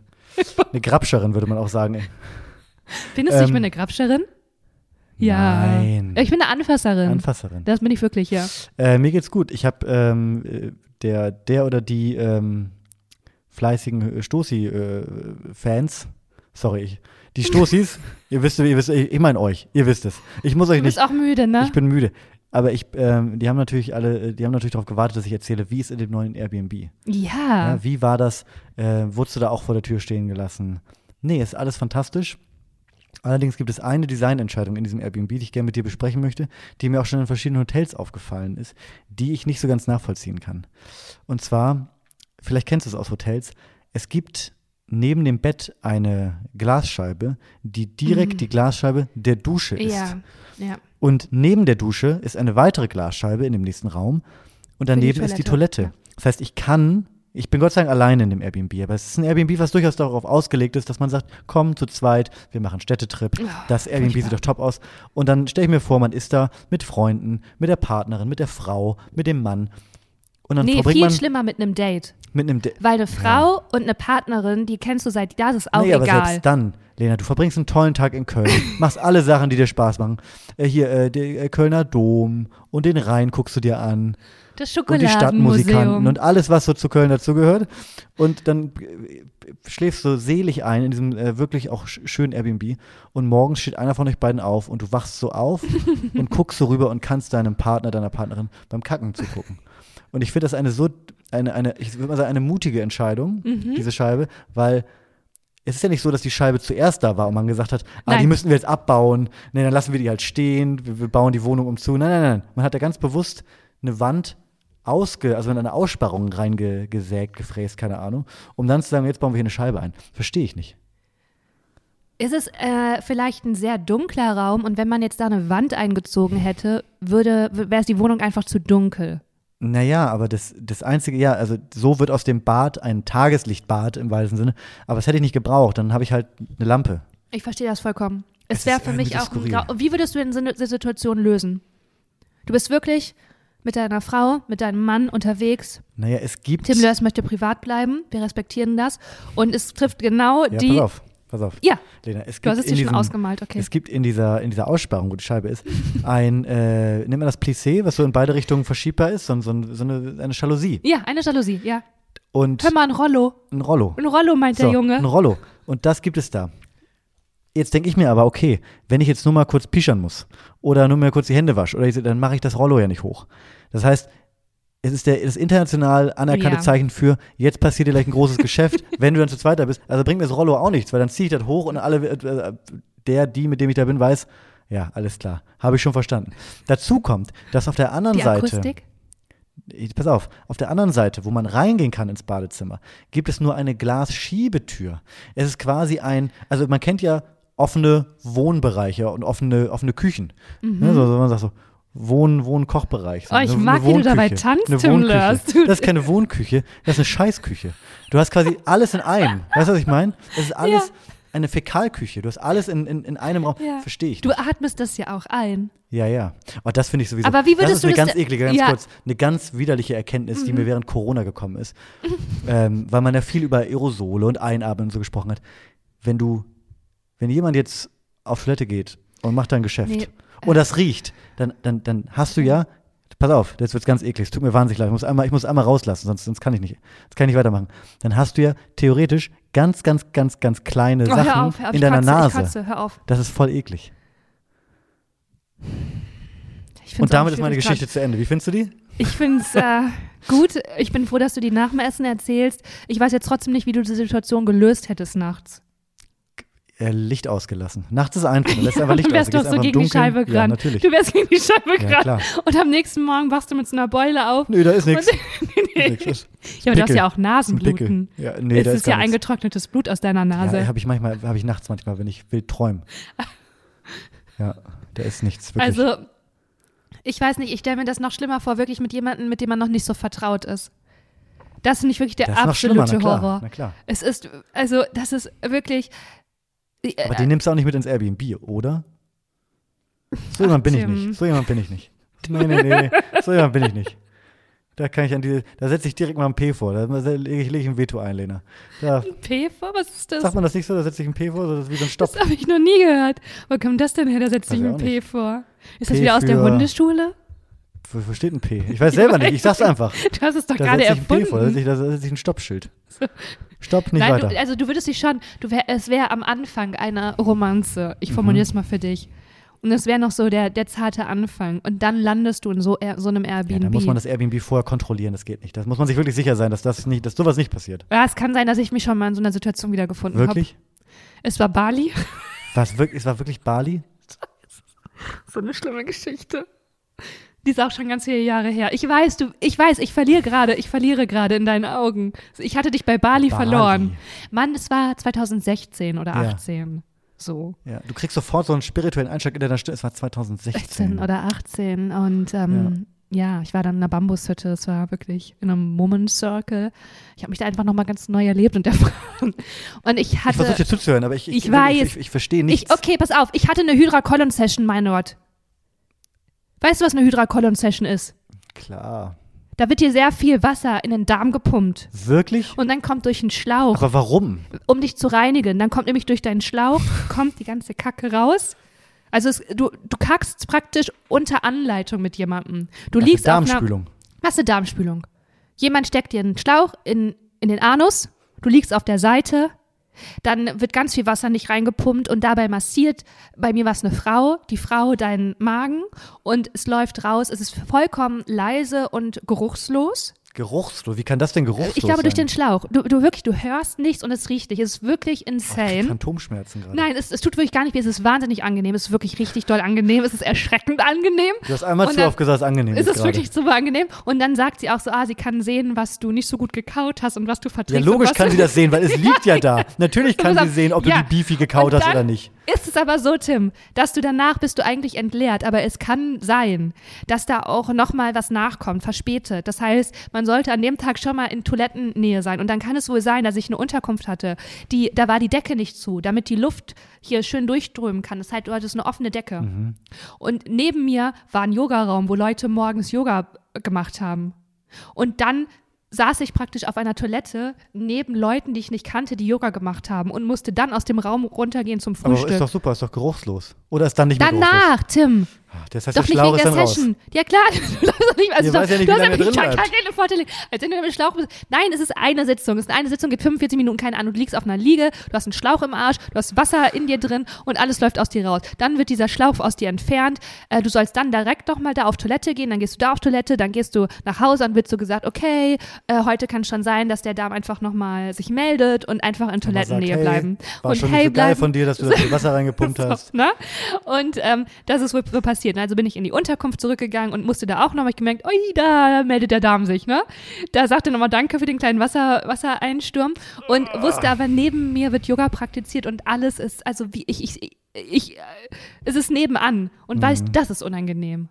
A: Eine Grabscherin, würde man auch sagen.
B: Findest du, ich
A: Ähm,
B: bin eine Grabscherin? Ja.
A: Nein.
B: Ich bin eine Anfasserin.
A: Anfasserin.
B: das bin ich wirklich, ja.
A: Äh, mir geht's gut. Ich habe ähm, äh, der, der oder die ähm, fleißigen äh, Stoßi-Fans, sorry, ich, die Stoßis, ihr wisst, ihr wisst, ich, ich meine euch, ihr wisst es. Ich muss euch
B: Du bist
A: nicht,
B: auch müde, ne?
A: ich bin müde. Aber ich, ähm, die haben natürlich alle, äh, die haben natürlich darauf gewartet, dass ich erzähle, wie ist in dem neuen Airbnb.
B: Ja.
A: Ja, wie war das? Äh, wurdest du da auch vor der Tür stehen gelassen? Nee, ist alles fantastisch. Allerdings gibt es eine Designentscheidung in diesem Airbnb, die ich gerne mit dir besprechen möchte, die mir auch schon in verschiedenen Hotels aufgefallen ist, die ich nicht so ganz nachvollziehen kann. Und zwar, vielleicht kennst du es aus Hotels, es gibt neben dem Bett eine Glasscheibe, die direkt
B: Mhm.
A: die Glasscheibe der Dusche ist.
B: Ja, ja.
A: Und neben der Dusche ist eine weitere Glasscheibe in dem nächsten Raum und
B: die
A: daneben ist die
B: Toilette,
A: Toilette. Das heißt, ich kann, ich bin Gott sei Dank alleine in dem Airbnb, aber es ist ein Airbnb, was durchaus darauf ausgelegt ist, dass man sagt, komm zu zweit, wir machen Städtetrip,
B: Oh,
A: das Airbnb
B: furchtbar.
A: sieht doch top aus. Und dann stelle ich mir vor, man ist da mit Freunden, mit der Partnerin, mit der Frau, mit dem Mann. Und dann
B: Nee,
A: verbringt
B: viel
A: man
B: schlimmer mit einem Date.
A: mit einem De
B: Weil eine Frau und eine Partnerin, die kennst du seit, das ist auch
A: nee, aber
B: egal.
A: selbst dann, Lena, du verbringst einen tollen Tag in Köln, machst alle Sachen, die dir Spaß machen. Äh, hier, äh, der äh, Kölner Dom und den Rhein guckst du dir an.
B: Das
A: und die
B: Schokoladenmuseum.
A: Stadtmusikanten und alles, was so zu Köln dazugehört. Und dann äh, schläfst du selig ein in diesem äh, wirklich auch sch- schönen Airbnb. Und morgens steht einer von euch beiden auf und du wachst so auf und guckst so rüber und kannst deinem Partner, deiner Partnerin beim Kacken zugucken. Und ich finde das eine so, eine, eine, ich würde mal sagen, eine mutige Entscheidung, diese Scheibe, weil es ist ja nicht so, dass die Scheibe zuerst da war und man gesagt hat, ah, die
B: Nein.
A: müssen wir jetzt abbauen, nee, dann lassen wir die halt stehen, wir, wir bauen die Wohnung um zu. Nein, nein, nein. Man hat da ganz bewusst eine Wand ausge, also in eine Aussparung reingesägt, gefräst, keine Ahnung, um dann zu sagen, jetzt bauen wir hier eine Scheibe ein. Verstehe ich nicht.
B: Ist es äh, vielleicht ein sehr dunkler Raum und wenn man jetzt da eine Wand eingezogen hätte, würde wäre es die Wohnung einfach zu dunkel.
A: Naja, aber das, das Einzige, ja, also so wird aus dem Bad ein Tageslichtbad im weitesten Sinne, aber das hätte ich nicht gebraucht, dann habe ich halt eine Lampe.
B: Ich verstehe das vollkommen.
A: Es
B: Es wäre
A: ist
B: für mich
A: irgendwie
B: auch ein
A: skurril.
B: Grau Wie würdest du denn so eine Situation lösen? Du bist wirklich mit deiner Frau, mit deinem Mann unterwegs.
A: Naja, es gibt.
B: Tim Lörs möchte privat bleiben, wir respektieren das und es trifft genau
A: ja,
B: die
A: pass auf, pass auf.
B: Ja,
A: Lena, es gibt
B: du hast es
A: in
B: dir schon
A: diesem,
B: ausgemalt, okay.
A: Es gibt in dieser, in dieser Aussparung, wo die Scheibe ist, ein, äh, nennt man das Plissé, was so in beide Richtungen verschiebbar ist, so, ein- so, ein- so eine, eine Jalousie
B: Ja, eine Jalousie, ja.
A: und
B: Hör mal, ein Rollo.
A: ein Rollo.
B: Ein Rollo meint der
A: So, Ein
B: Junge.
A: Rollo. Und das gibt es da. Jetzt denke ich mir aber, okay, wenn ich jetzt nur mal kurz pischern muss oder nur mal kurz die Hände wasche, oder ich, dann mache ich das Rollo ja nicht hoch. Das heißt, es ist der, das international anerkannte
B: Ja.
A: Zeichen für, jetzt passiert dir gleich ein großes Geschäft, wenn du dann zu zweit da bist. Also bringt mir das Rollo auch nichts, weil dann ziehe ich das hoch und alle, äh, der, die, mit dem ich da bin, weiß, ja, alles klar, habe ich schon verstanden. Dazu kommt, dass auf der anderen
B: Die
A: Seite
B: Akustik.
A: ich- pass auf, auf der anderen Seite, wo man reingehen kann ins Badezimmer, gibt es nur eine Glasschiebetür. Es ist quasi ein, also man kennt ja offene Wohnbereiche und offene, offene Küchen. Ne, so, so man sagt so, Wohn, Wohn, Kochbereich. So,
B: Mhm. Oh, ich
A: eine-
B: mag,
A: eine
B: wie du dabei
A: Wohnküche,
B: tanzt,
A: eine
B: Tim
A: Wohnküche.
B: Lörs, du-
A: Das ist keine Wohnküche, das ist eine Scheißküche. Du hast quasi alles in einem. Weißt du, was ich meine? Es ist alles eine Fäkalküche. Du hast alles in, in, in einem Raum.
B: Ja.
A: Verstehe ich.
B: Du atmest das ja auch ein.
A: Ja, ja. Oh, das finde ich sowieso.
B: Aber wie würdest
A: das ist
B: du
A: eine
B: das
A: ganz
B: de-
A: eklige, ganz
B: Ja. Mhm.
A: kurz, eine ganz widerliche Erkenntnis, die mir während Corona gekommen ist. ähm, weil man ja viel über Aerosole und Einatmen und so gesprochen hat. Wenn du, wenn jemand jetzt auf Toilette geht und macht ein Geschäft
B: Nee, äh. Mhm.
A: und das riecht, dann, dann, dann hast du ja, pass auf, jetzt wird's ganz eklig, es tut mir wahnsinnig leid, ich muss einmal, ich muss einmal rauslassen, sonst, sonst kann ich nicht, sonst kann ich nicht weitermachen. Dann hast du ja theoretisch ganz, ganz, ganz, ganz kleine
B: Oh,
A: Sachen
B: hör auf, hör auf,
A: in
B: ich
A: deiner
B: kotze,
A: Nase.
B: Ich kotze, hör auf.
A: Das ist voll eklig.
B: Ich find's
A: Und
B: auch
A: damit
B: nicht
A: ist meine
B: wirklich
A: Geschichte zu Ende. Wie findest du die?
B: toll. Ich finde es äh, gut. Ich bin froh, dass du die nach dem Essen erzählst. Ich weiß jetzt trotzdem nicht, wie du die Situation gelöst hättest nachts.
A: Äh, Licht ausgelassen. Nachts ist einfach. Dann lässt einfach Licht
B: du wärst
A: aus. Gehst
B: doch so
A: einfach im
B: gegen die
A: Dunkeln.
B: Scheibe
A: Ja,
B: gerannt.
A: natürlich.
B: du wärst gegen die Scheibe
A: Ja,
B: gerannt.
A: klar.
B: Und am nächsten Morgen wachst du mit so einer Beule auf.
A: Nö, da ist nichts.
B: Nee. Ja, aber du hast
A: Pickel.
B: ja auch
A: Ein Pickel.
B: Nasenbluten.
A: Ja, nee,
B: es
A: da
B: ist,
A: ist,
B: ja
A: gar nichts.
B: eingetrocknetes Blut aus deiner Nase.
A: Ja, habe ich manchmal, habe ich nachts manchmal, wenn ich will träumen. Ja, da ist nichts wirklich.
B: Also, ich weiß nicht, ich stelle mir das noch schlimmer vor, wirklich mit jemandem, mit dem man noch nicht so vertraut ist. Das finde ich wirklich der
A: das ist noch schlimmer,
B: absolute
A: na klar,
B: Horror.
A: Na klar.
B: Es ist, also, das ist wirklich. Äh.
A: Aber den nimmst du auch nicht mit ins Airbnb, oder? So jemand bin ich
B: Tim.
A: nicht. So jemand bin ich nicht. Nee, nee, nee. nee. So jemand bin ich nicht. Da kann ich an diese, da setze ich direkt mal ein P vor. Da da lege ich, lege ich ein Veto ein, Lena. Da,
B: P vor? Was ist das?
A: sagt man das nicht so, da setze ich ein P vor, so das ist wie so ein Stopp.
B: Das habe ich noch nie gehört. Wo kommt das denn her? Da setzt
A: Weiß ich
B: sich ein
A: auch
B: P vor. Ist das
A: P
B: wieder aus der
A: für-
B: Hundeschule?
A: Wo, wo steht ein P? Ich weiß selber nicht, ich sag's einfach.
B: Du hast es doch
A: Da
B: gerade
A: setze ich ein P vor, da setze
B: erfunden.
A: ich, da setze ich ein Stoppschild. Stopp, nicht
B: Nein,
A: weiter.
B: du, also du würdest dich schon, du wär, es wäre am Anfang einer Romanze.
A: Mhm.
B: Ich formuliere es mal für dich. Und es wäre noch so der, der zarte Anfang. Und dann landest du in so, so einem Airbnb.
A: ja, dann muss man das Airbnb vorher kontrollieren, das geht nicht. Das muss man sich wirklich sicher sein, dass, das nicht, dass sowas nicht passiert.
B: Ja, es kann sein, dass ich mich schon mal in so einer Situation wiedergefunden habe.
A: Wirklich?
B: Es war Bali.
A: Was wirklich, es war wirklich Bali?
B: So eine schlimme Geschichte. Die ist auch schon ganz viele Jahre her. Ich weiß, du, ich weiß, ich verliere gerade, ich verliere gerade in deinen Augen. Ich hatte dich bei
A: Bali.
B: Bali, verloren. Mann, es war 2016 oder
A: Ja.
B: 18. So.
A: Ja, du kriegst sofort so einen spirituellen Einschlag in deiner Stimme. Es war 2016.
B: 16 oder 18 und ähm, ja. ich war dann in einer Bambushütte, es war wirklich in einem Moment Circle. Ich habe mich da einfach nochmal ganz neu erlebt und erfahren. Und ich
A: ich versuche
B: hatte
A: dir zuzuhören, aber ich, ich,
B: Ich weiß.
A: ich, ich, ich verstehe
B: ich,
A: nichts.
B: okay, pass auf, ich hatte eine Hydra Colon Session, mein Lord. Weißt du, was eine Hydra Colon Session ist?
A: Klar.
B: Da wird dir sehr viel Wasser in den Darm gepumpt
A: Wirklich?
B: und dann kommt durch den Schlauch
A: Aber warum?
B: um dich zu reinigen. Dann kommt nämlich durch deinen Schlauch, kommt die ganze Kacke raus. Also es, du, du kackst praktisch unter Anleitung mit jemandem. Du
A: Eine
B: liegst auf einer,
A: Also Darmspülung.
B: machst eine Darmspülung. Jemand steckt dir einen Schlauch in, in den Anus, du liegst auf der Seite, dann wird ganz viel Wasser nicht reingepumpt und dabei massiert, bei mir war es eine Frau, die Frau deinen Magen und es läuft raus, es ist vollkommen leise und geruchslos.
A: Geruchslos. Wie kann das denn geruchslos
B: Ich glaube
A: sein?
B: durch den Schlauch. Du, du wirklich, du hörst nichts und es riecht nicht. Es ist wirklich
A: Ich krieg
B: insane.
A: Phantomschmerzen gerade.
B: Nein, es, es tut wirklich gar nicht weh. Es ist wahnsinnig angenehm. Es ist wirklich richtig doll angenehm. Es ist erschreckend angenehm.
A: Du hast einmal
B: Und
A: zu
B: dann
A: oft gesagt, angenehm
B: Es
A: ist
B: ist
A: gerade.
B: wirklich super angenehm. Und dann sagt sie auch so, ah, sie kann sehen, was du nicht so gut gekaut hast und was du
A: Ja,
B: verträgst.
A: logisch
B: und was
A: kann sie das sehen, weil es liegt ja da. Natürlich kann
B: Pass
A: sie
B: auf.
A: sehen, ob
B: Ja.
A: du die Beefy gekaut
B: Und
A: hast
B: dann
A: oder nicht.
B: Ist es aber so, Tim, dass du danach bist du eigentlich entleert, aber es kann sein, dass da auch nochmal was nachkommt, verspätet. Das heißt, man sollte an dem Tag schon mal in Toilettennähe sein. Und dann kann es wohl sein, dass ich eine Unterkunft hatte, die, da war die Decke nicht zu, damit die Luft hier schön durchströmen kann. Das heißt, du hattest eine offene Decke.
A: Mhm.
B: Und neben mir war ein Yogaraum, wo Leute morgens Yoga gemacht haben. Und dann saß ich praktisch auf einer Toilette neben Leuten, die ich nicht kannte, die Yoga gemacht haben und musste dann aus dem Raum runtergehen zum
A: Aber
B: Frühstück.
A: ist doch super, ist doch geruchslos. Oder ist dann nicht mehr geruchslos?
B: Danach, Tim.
A: Ah, Das heißt,
B: Doch
A: der
B: nicht
A: Schlauch
B: wegen
A: ist
B: der
A: dann raus.
B: Session. Ja klar, du läufst doch nicht, also
A: Ihr
B: doch,
A: weiß ja nicht,
B: du
A: wie
B: hast
A: lange
B: aber
A: ihr drin
B: gar, gar
A: bleibt.
B: keine Vorteile. Als wenn du mit dem Schlauch bist. Nein, es ist eine Sitzung. Es ist eine Sitzung, geht 45 Minuten kein an. Du liegst auf einer Liege, du hast einen Schlauch im Arsch, du hast Wasser in dir drin und alles läuft aus dir raus. Dann wird dieser Schlauch aus dir entfernt. Äh, Du sollst dann direkt nochmal da auf Toilette gehen, dann gehst du da auf Toilette, dann gehst du nach Hause und wird so gesagt, okay, äh, heute kann schon sein, dass der Darm einfach nochmal sich meldet und einfach in
A: Man sagt,
B: Toilettennähe
A: hey,
B: bleiben.
A: War
B: und
A: schon nicht
B: hey
A: so geil
B: bleiben.
A: von dir, dass du da viel Wasser reingepumpt hast.
B: So, ne? Und ähm, das ist wohl so passiert. Also bin ich in die Unterkunft zurückgegangen und musste da auch nochmal. Ich gemerkt, oi, da meldet der Darm sich. Ne? Da sagte nochmal Danke für den kleinen Wasser, Wassereinsturm und
A: Ah.
B: wusste aber, neben mir wird Yoga praktiziert und alles ist, also wie ich, ich, ich, äh, es ist nebenan und
A: Mhm.
B: weiß, das ist unangenehm.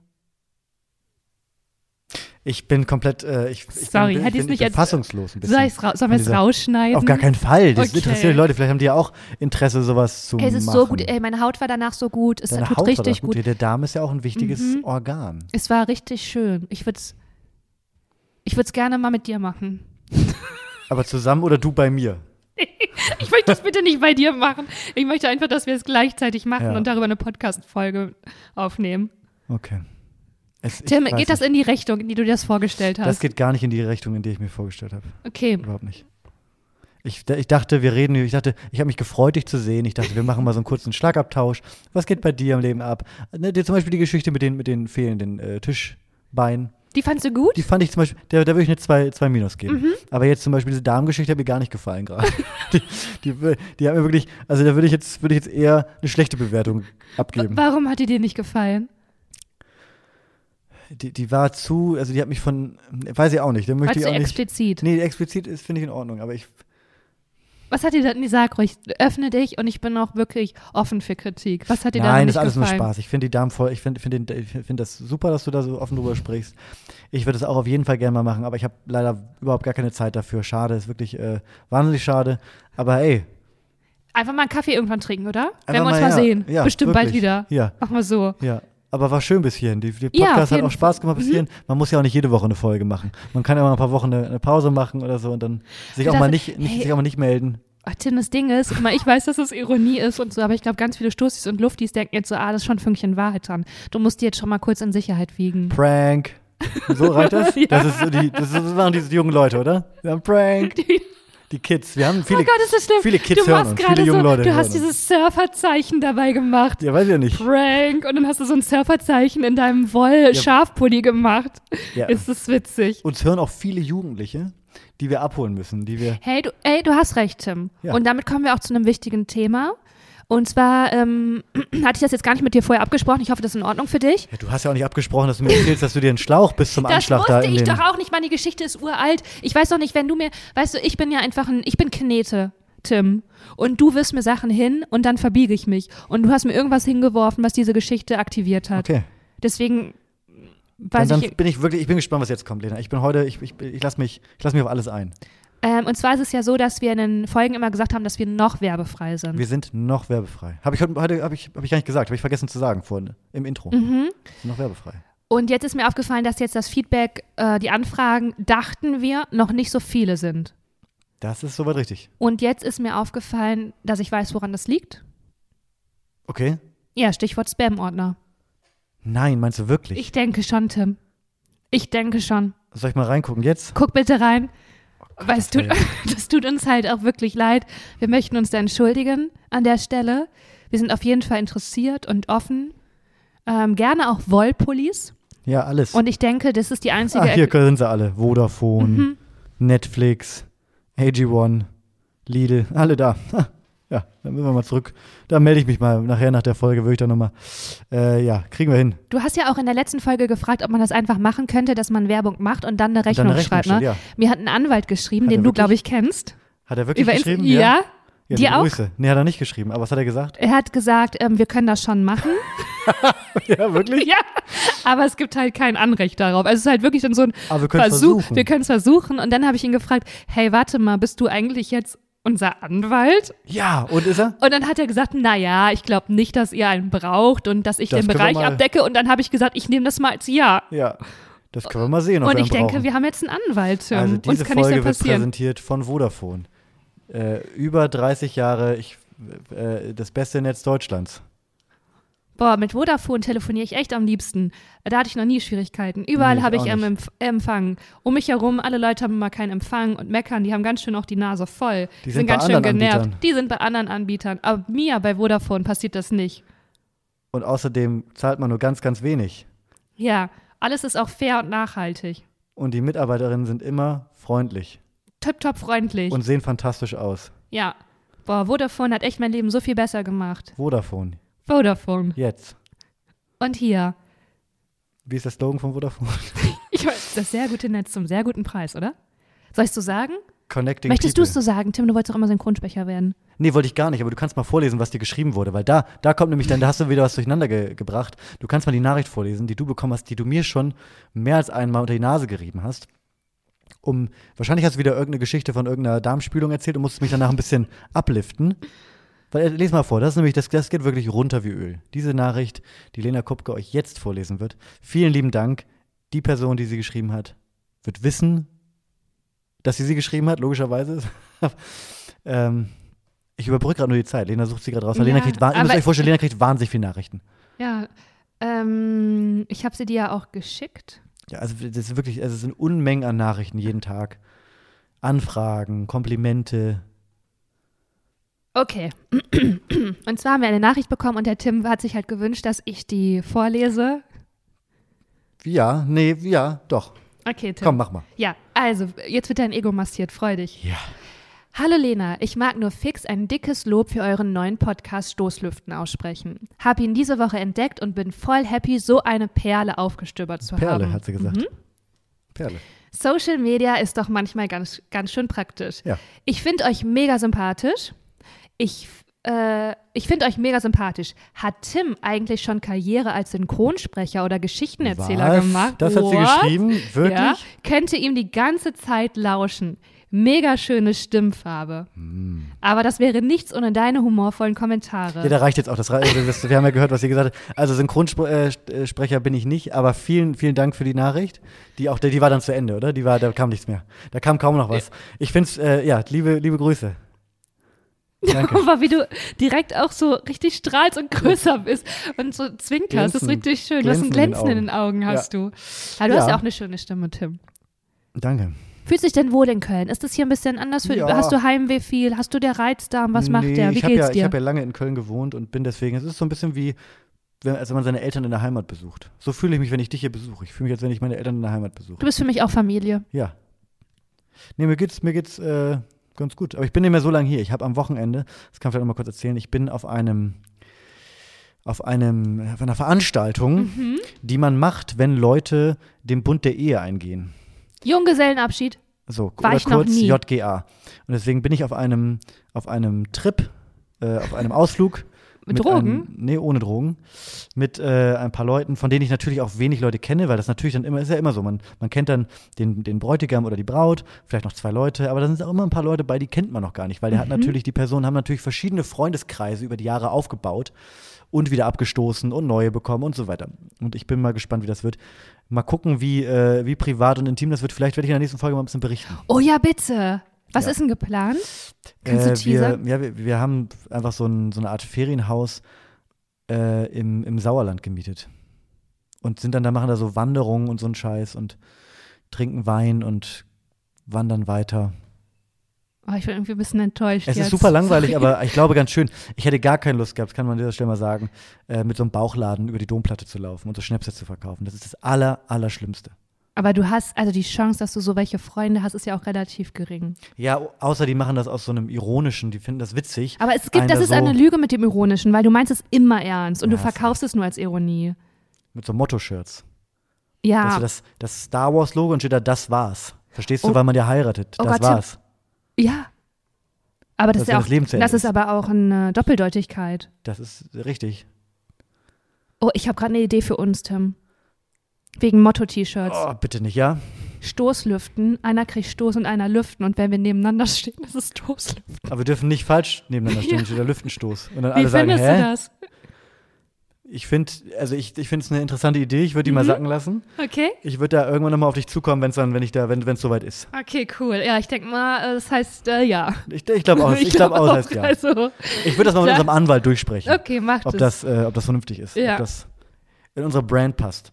A: Ich bin komplett, äh, ich, ich
B: Sorry,
A: bin,
B: hätte
A: ich
B: ich's
A: bin, ich
B: nicht
A: bin
B: als-
A: fassungslos ein bisschen.
B: Soll, ich's ra- sollen wir
A: An
B: es
A: dieser-
B: rausschneiden?
A: Auf gar keinen Fall. Das
B: Okay.
A: interessiert die Leute. Vielleicht haben die ja auch Interesse, sowas zu
B: Ey, es ist
A: machen.
B: so gut, ey, meine Haut war danach so gut, es
A: Deine
B: tut
A: Haut war
B: richtig
A: doch gut.
B: gut. Mhm.
A: Der Darm ist ja auch ein wichtiges Organ.
B: Es war richtig schön. Ich würde es ich würd's gerne mal mit dir machen.
A: Aber zusammen oder du bei mir?
B: Ich möchte das bitte nicht bei dir machen. Ich möchte einfach, dass wir es gleichzeitig machen
A: Ja.
B: und darüber eine Podcast-Folge aufnehmen.
A: Okay. Es, ich
B: Tim,
A: weiß
B: geht das
A: nicht.
B: in die Richtung, in die du dir das vorgestellt
A: Das
B: hast?
A: geht gar nicht in die Richtung, in die ich mir vorgestellt habe.
B: Okay.
A: Überhaupt nicht. Ich, ich dachte, wir reden, ich dachte, ich habe mich gefreut, dich zu sehen. Ich dachte, wir machen mal so einen kurzen Schlagabtausch. Was geht bei dir im Leben ab? Ne, dir zum Beispiel die Geschichte mit den, mit den fehlenden äh, Tischbeinen.
B: Die fandst du gut?
A: Die fand ich zum Beispiel, der, da würde ich eine 2 zwei, zwei Minus geben. Aber jetzt zum Beispiel diese Darmgeschichte hat mir gar nicht gefallen gerade. die, die, die hat mir wirklich, also da würde ich jetzt, würde ich jetzt eher eine schlechte Bewertung abgeben.
B: Warum hat die dir nicht gefallen?
A: Die, die war zu, also die hat mich von, weiß ich auch nicht, da
B: War
A: möchte
B: zu
A: ich auch nicht.
B: explizit.
A: Nee, explizit ist, finde ich in Ordnung, aber ich,
B: Was hat dir da, nee, sag ruhig, öffne dich und ich bin auch wirklich offen für Kritik. Was hat dir da
A: Nein,
B: nicht
A: ist alles
B: gefallen?
A: nur Spaß. Ich finde die Damen voll, ich finde find den- ich find das super, dass du da so offen drüber sprichst. Ich würde es auch auf jeden Fall gerne mal machen, aber ich habe leider überhaupt gar keine Zeit dafür. Schade, ist wirklich äh, wahnsinnig schade. Aber ey,
B: Einfach mal einen Kaffee irgendwann trinken, oder? Wenn
A: Einfach
B: wir uns
A: mal,
B: mal
A: ja.
B: sehen.
A: Ja,
B: Bestimmt bald
A: wirklich.
B: wieder.
A: Ja.
B: Mach mal so.
A: ja. Aber war schön bis hierhin. Die, die
B: Ja, auf
A: Podcast hat
B: jeden Mhm.
A: auch Spaß gemacht bis hierhin. Man muss ja auch nicht jede Woche eine Folge machen. Man kann ja mal ein paar Wochen eine, eine Pause machen oder so und dann sich
B: Du
A: auch mal
B: darfst-
A: nicht, nicht,
B: hey.
A: sich auch mal nicht melden.
B: Ach, Tim, das Ding ist, guck mal, ich weiß, dass es Ironie ist und so, aber ich glaube, ganz viele Stoßis und Luftis denken jetzt so, ah, das ist schon ein Fünkchen Wahrheit dran. Du musst die jetzt schon mal kurz in Sicherheit wiegen. Oh
A: Prank. So reicht das?
B: Ja.
A: Das ist so die, das, ist, das machen diese jungen Leute, oder? Wir haben Prank. Die Kids. Wir haben viele
B: oh Gott, ist das schlimm.
A: viele Kids
B: du
A: hören
B: machst
A: uns,
B: gerade
A: viele junge
B: so,
A: Leute
B: Du
A: hören
B: hast dieses Surferzeichen dabei gemacht.
A: Ja, weiß ich ja nicht.
B: Prank. Und dann hast du so ein Surferzeichen in deinem Woll-Schafpulli gemacht.
A: Ja.
B: Ist das witzig.
A: Uns hören auch viele Jugendliche, die wir abholen müssen, die wir.
B: Hey, du, ey, du hast recht, Tim.
A: Ja.
B: Und damit kommen wir auch zu einem wichtigen Thema. Und zwar ähm, hatte ich das jetzt gar nicht mit dir vorher abgesprochen. Ich hoffe, das ist in Ordnung für dich.
A: Ja, du hast ja auch nicht abgesprochen, dass du mir erzählst, dass du dir einen Schlauch bis zum
B: Das
A: Anschlag da
B: wusste
A: in
B: ich
A: den,
B: doch auch nicht. Meine Geschichte ist uralt. Ich weiß doch nicht, wenn du mir, weißt du, ich bin ja einfach ein, ich bin Knete, Tim. Und du wirfst mir Sachen hin und dann verbiege ich mich. Und du hast mir irgendwas hingeworfen, was diese Geschichte aktiviert hat.
A: Okay.
B: Deswegen
A: Dann,
B: weiß
A: dann
B: ich.
A: bin ich wirklich, ich bin gespannt, was jetzt kommt, Lena. Ich bin heute, ich, ich, ich lasse mich, ich lass mich auf alles ein.
B: Ähm, und zwar ist es ja so, dass wir in den Folgen immer gesagt haben, dass wir noch werbefrei sind.
A: Wir sind noch werbefrei. Habe ich heute, heute habe ich, hab ich gar nicht gesagt, habe ich vergessen zu sagen vorhin im Intro.
B: Mhm.
A: Noch werbefrei.
B: Und jetzt ist mir aufgefallen, dass jetzt das Feedback, äh, die Anfragen, dachten wir, noch nicht so viele sind.
A: Das ist soweit richtig.
B: Und jetzt ist mir aufgefallen, dass ich weiß, woran das liegt.
A: Okay?
B: Ja, Stichwort Spam-Ordner.
A: Nein, meinst du wirklich?
B: Ich denke schon, Tim. Ich denke schon.
A: Soll ich mal reingucken jetzt?
B: Guck bitte rein. Weil es
A: Oh das
B: tut, das tut uns halt auch wirklich leid. Wir möchten uns da entschuldigen an der Stelle. Wir sind auf jeden Fall interessiert und offen. Ähm, gerne auch Wollpullis.
A: Ja, alles.
B: Und ich denke, das ist die einzige.
A: ah, hier sind sie alle. Vodafone,
B: Mhm.
A: Netflix, AG1, Lidl, alle da. Ha, Ja, dann müssen wir mal zurück. Da melde ich mich mal nachher nach der Folge, würde ich dann nochmal. Äh, ja, kriegen wir hin.
B: Du hast ja auch in der letzten Folge gefragt, ob man das einfach machen könnte, dass man Werbung macht und dann eine Rechnung,
A: eine Rechnung
B: schreibt. Ne?
A: stellt, ja.
B: Mir hat ein Anwalt geschrieben,
A: Hat
B: den
A: er
B: du,
A: wirklich?
B: glaube ich, kennst.
A: Hat er wirklich
B: Über
A: geschrieben?
B: Inst- ja.
A: ja
B: Dir
A: liebe
B: auch?
A: Grüße. Nee, hat er nicht geschrieben, aber was hat er gesagt?
B: Er hat gesagt, ähm, wir können das schon machen.
A: ja, wirklich?
B: ja, aber es gibt halt kein Anrecht darauf. Also es ist halt wirklich dann so ein
A: Aber wir können es
B: Versuch.
A: versuchen.
B: Wir können es versuchen. Und dann habe ich ihn gefragt, hey, warte mal, bist du eigentlich jetzt unser Anwalt?
A: Ja, und ist er?
B: Und dann hat er gesagt, naja, ich glaube nicht, dass ihr einen braucht und dass ich
A: Das
B: den
A: können wir
B: Bereich
A: mal-
B: abdecke. Und dann habe ich gesagt, ich nehme das mal als Ja.
A: Ja. Das können wir mal sehen, ob
B: Und
A: wir
B: ich
A: ihn brauchen.
B: denke, wir haben jetzt einen Anwalt. Tim.
A: Also
B: Uns
A: diese
B: kann
A: Folge
B: nichts mehr
A: wird
B: passieren.
A: präsentiert von Vodafone. Äh, über 30 Jahre ich, äh, das beste Netz Deutschlands.
B: Boah, mit Vodafone telefoniere ich echt am liebsten. Da hatte ich noch nie Schwierigkeiten. Überall
A: Nee, ich
B: habe ich
A: auch
B: ähm,
A: nicht.
B: Empf Empfang. Um mich herum, alle Leute haben mal keinen Empfang und meckern. Die haben ganz schön auch die Nase voll.
A: Die sind bei
B: ganz schön
A: anderen
B: genervt.
A: Anbietern.
B: Die sind bei anderen Anbietern. Aber mir bei Vodafone passiert das nicht.
A: Und außerdem zahlt man nur ganz, ganz wenig.
B: Ja, alles ist auch fair und nachhaltig.
A: Und die Mitarbeiterinnen sind immer freundlich
B: Tipptopp freundlich.
A: und sehen fantastisch aus.
B: ja. Boah, Vodafone hat echt mein Leben so viel besser gemacht.
A: Vodafone,
B: Vodafone.
A: jetzt.
B: Und hier.
A: Wie ist der Slogan von Vodafone?
B: Ich weiß, das sehr gute Netz zum sehr guten Preis, oder? Soll ich so sagen?
A: Connecting
B: Möchtest du
A: people.
B: es so sagen, Tim? Du wolltest doch immer Synchronsprecher werden.
A: Nee, wollte ich gar nicht, aber du kannst mal vorlesen, was dir geschrieben wurde, weil da, da kommt nämlich dann, da hast du wieder was durcheinander ge gebracht. Du kannst mal die Nachricht vorlesen, die du bekommen hast, die du mir schon mehr als einmal unter die Nase gerieben hast. Um, wahrscheinlich hast du wieder irgendeine Geschichte von irgendeiner Darmspülung erzählt und musstest mich danach ein bisschen abliften. Weil, äh, les mal vor, das ist nämlich, das, das geht wirklich runter wie Öl. Diese Nachricht, die Lena Kupke euch jetzt vorlesen wird. Vielen lieben Dank. Die Person, die sie geschrieben hat, wird wissen, dass sie sie geschrieben hat, logischerweise. ähm, ich überbrücke gerade nur die Zeit. Lena sucht sie gerade raus. weil
B: Ja,
A: Lena kriegt, wah- ihr müsst
B: aber-
A: euch vorstellen, Lena kriegt wahnsinnig viele Nachrichten.
B: Ja, ähm, ich habe sie dir ja auch geschickt.
A: Ja, also das ist wirklich, also es sind Unmengen an Nachrichten jeden Tag. Anfragen, Komplimente.
B: Okay. Und zwar haben wir eine Nachricht bekommen und der Tim hat sich halt gewünscht, dass ich die vorlese.
A: Ja, nee, ja, doch.
B: Okay, Tim.
A: Komm, mach mal.
B: Ja, also, jetzt wird dein Ego massiert. Freu dich.
A: Ja.
B: Hallo Lena, ich mag nur fix ein dickes Lob für euren neuen Podcast Stoßlüften aussprechen. Hab ihn diese Woche entdeckt und bin voll happy, so eine Perle aufgestöbert zu haben. Mhm.
A: Perle, hat sie gesagt. Perle.
B: Social Media ist doch manchmal ganz, ganz schön praktisch.
A: Ja.
B: Ich finde euch mega sympathisch. Ich, f- äh, ich finde euch mega sympathisch. Hat Tim eigentlich schon Karriere als Synchronsprecher oder Geschichtenerzähler
A: Was?
B: gemacht?
A: Das hat sie
B: What?
A: geschrieben? Wirklich?
B: Ja, könnte ihm die ganze Zeit lauschen. Mega schöne Stimmfarbe. Aber das wäre nichts ohne deine humorvollen Kommentare.
A: Hm. Ja, da reicht jetzt auch. Das, rei- also das, wir haben ja gehört, was ihr gesagt habt. Also Synchronsprecher bin ich nicht, aber vielen, vielen Dank für die Nachricht. Die auch, die war dann zu Ende, oder? Die war, da kam nichts mehr. Da kam kaum noch was. Ich finde es, äh, ja, liebe, liebe Grüße. Danke.
B: Aber wie du direkt auch so richtig strahlst und größer bist und so zwinkerst, das ist
A: Glänzen.
B: richtig schön. Du hast ein
A: Glänzen in den
B: Glänzen in den Augen, hast du. Aber du hast
A: Ja.
B: ja auch eine schöne Stimme, Tim.
A: Danke.
B: Fühlst du dich denn wohl in Köln? Ist das hier ein bisschen anders? Für,
A: Ja.
B: Hast du Heimweh viel? Hast du der Reizdarm? Was macht
A: Nee,
B: der? Wie
A: ich hab
B: geht's
A: ja, Ich
B: dir?
A: habe ja lange in Köln gewohnt und bin deswegen, es ist so ein bisschen wie, wenn, als wenn man seine Eltern in der Heimat besucht. So fühle ich mich, wenn ich dich hier besuche. Ich fühle mich, als wenn ich meine Eltern in der Heimat besuche.
B: du bist für mich auch Familie.
A: Ja. Nee, mir geht's, mir geht's äh, ganz gut. Aber ich bin nicht mehr so lange hier. Ich habe am Wochenende, das kann ich vielleicht noch mal kurz erzählen, ich bin auf einem auf einem auf einer Veranstaltung,
B: Mhm.
A: die man macht, wenn Leute den Bund der Ehe eingehen.
B: Junggesellenabschied.
A: So,
B: War
A: oder
B: ich noch
A: kurz
B: nie.
A: JGA. Und deswegen bin ich auf einem auf einem Trip, äh, auf einem Ausflug
B: Mit Drogen?
A: Einem, ähm, nee, ohne Drogen. Mit äh, ein paar Leuten, von denen ich natürlich auch wenig Leute kenne, weil das natürlich dann immer, ist ja immer so. Man, man kennt dann den, den Bräutigam oder die Braut, vielleicht noch zwei Leute, aber dann sind auch immer ein paar Leute bei, die kennt man noch gar nicht, weil
B: Mhm.
A: der hat natürlich, die Personen haben natürlich verschiedene Freundeskreise über die Jahre aufgebaut und wieder abgestoßen und neue bekommen und so weiter. Und ich bin mal gespannt, wie das wird. Mal gucken, wie, äh, wie privat und intim das wird. Vielleicht werde ich in der nächsten Folge mal ein bisschen berichten.
B: Oh ja, bitte. Was
A: Ja.
B: ist denn geplant? Kannst du
A: Äh, wir,
B: teasern?
A: ja, wir, wir haben einfach so, ein, so eine Art Ferienhaus äh, im, im Sauerland gemietet. Und sind dann da, machen da so Wanderungen und so einen Scheiß und trinken Wein und wandern weiter.
B: Oh, ich bin irgendwie ein bisschen enttäuscht.
A: Es
B: jetzt.
A: ist super langweilig,
B: Sorry.
A: aber ich glaube ganz schön. Ich hätte gar keine Lust gehabt, kann man an dieser Stelle mal sagen, äh, mit so einem Bauchladen über die Domplatte zu laufen und so Schnäpse zu verkaufen. Das ist das aller, Allerschlimmste.
B: Aber du hast, also die Chance, dass du so welche Freunde hast, ist ja auch relativ gering.
A: Ja, au- außer die machen das aus so einem ironischen, die finden das witzig.
B: Aber es gibt,
A: Einer
B: das ist
A: so
B: eine Lüge mit dem Ironischen, weil du meinst es immer ernst und
A: Ja,
B: du verkaufst es nur als Ironie.
A: Mit so Motto-Shirts.
B: Ja.
A: Also das, das Star Wars Logo und steht da, das war's. Verstehst du,
B: Ah. Oh.
A: weil man ja heiratet.
B: Oh
A: das
B: Gott, Tim.
A: war's.
B: Ja. Aber das,
A: Dass
B: ist ja
A: wenn
B: auch,
A: das Leben zu Ende
B: das ist
A: ist.
B: aber auch eine Doppeldeutigkeit.
A: Das ist richtig.
B: Oh, ich habe gerade eine Idee für uns, Tim. Wegen Motto-T-Shirts.
A: Oh, bitte nicht, ja?
B: Stoßlüften. Einer kriegt Stoß und einer Lüften. Und wenn wir nebeneinander stehen, ist es Stoßlüften.
A: Aber wir dürfen nicht falsch nebeneinander stehen,
B: Ja.
A: steht da Lüftenstoß. Und dann
B: Wie
A: alle sagen,
B: findest du
A: hä?
B: das?
A: Ich finde, also ich, ich finde es eine interessante Idee, ich würde die mal
B: Mhm.
A: sacken lassen.
B: Okay.
A: Ich würde da irgendwann nochmal auf dich zukommen, wenn's dann, wenn ich da, wenn es soweit ist.
B: Okay, cool. Ja, ich denke mal, äh, das heißt, äh, ja.
A: Ich, ich glaube auch, ich glaube glaub auch, das heißt ja.
B: Also,
A: Ich würde das mal mit
B: Ja.
A: unserem Anwalt durchsprechen,
B: okay, macht
A: ob
B: es.
A: das, äh, ob das vernünftig ist,
B: Ja.
A: ob das in unsere Brand passt.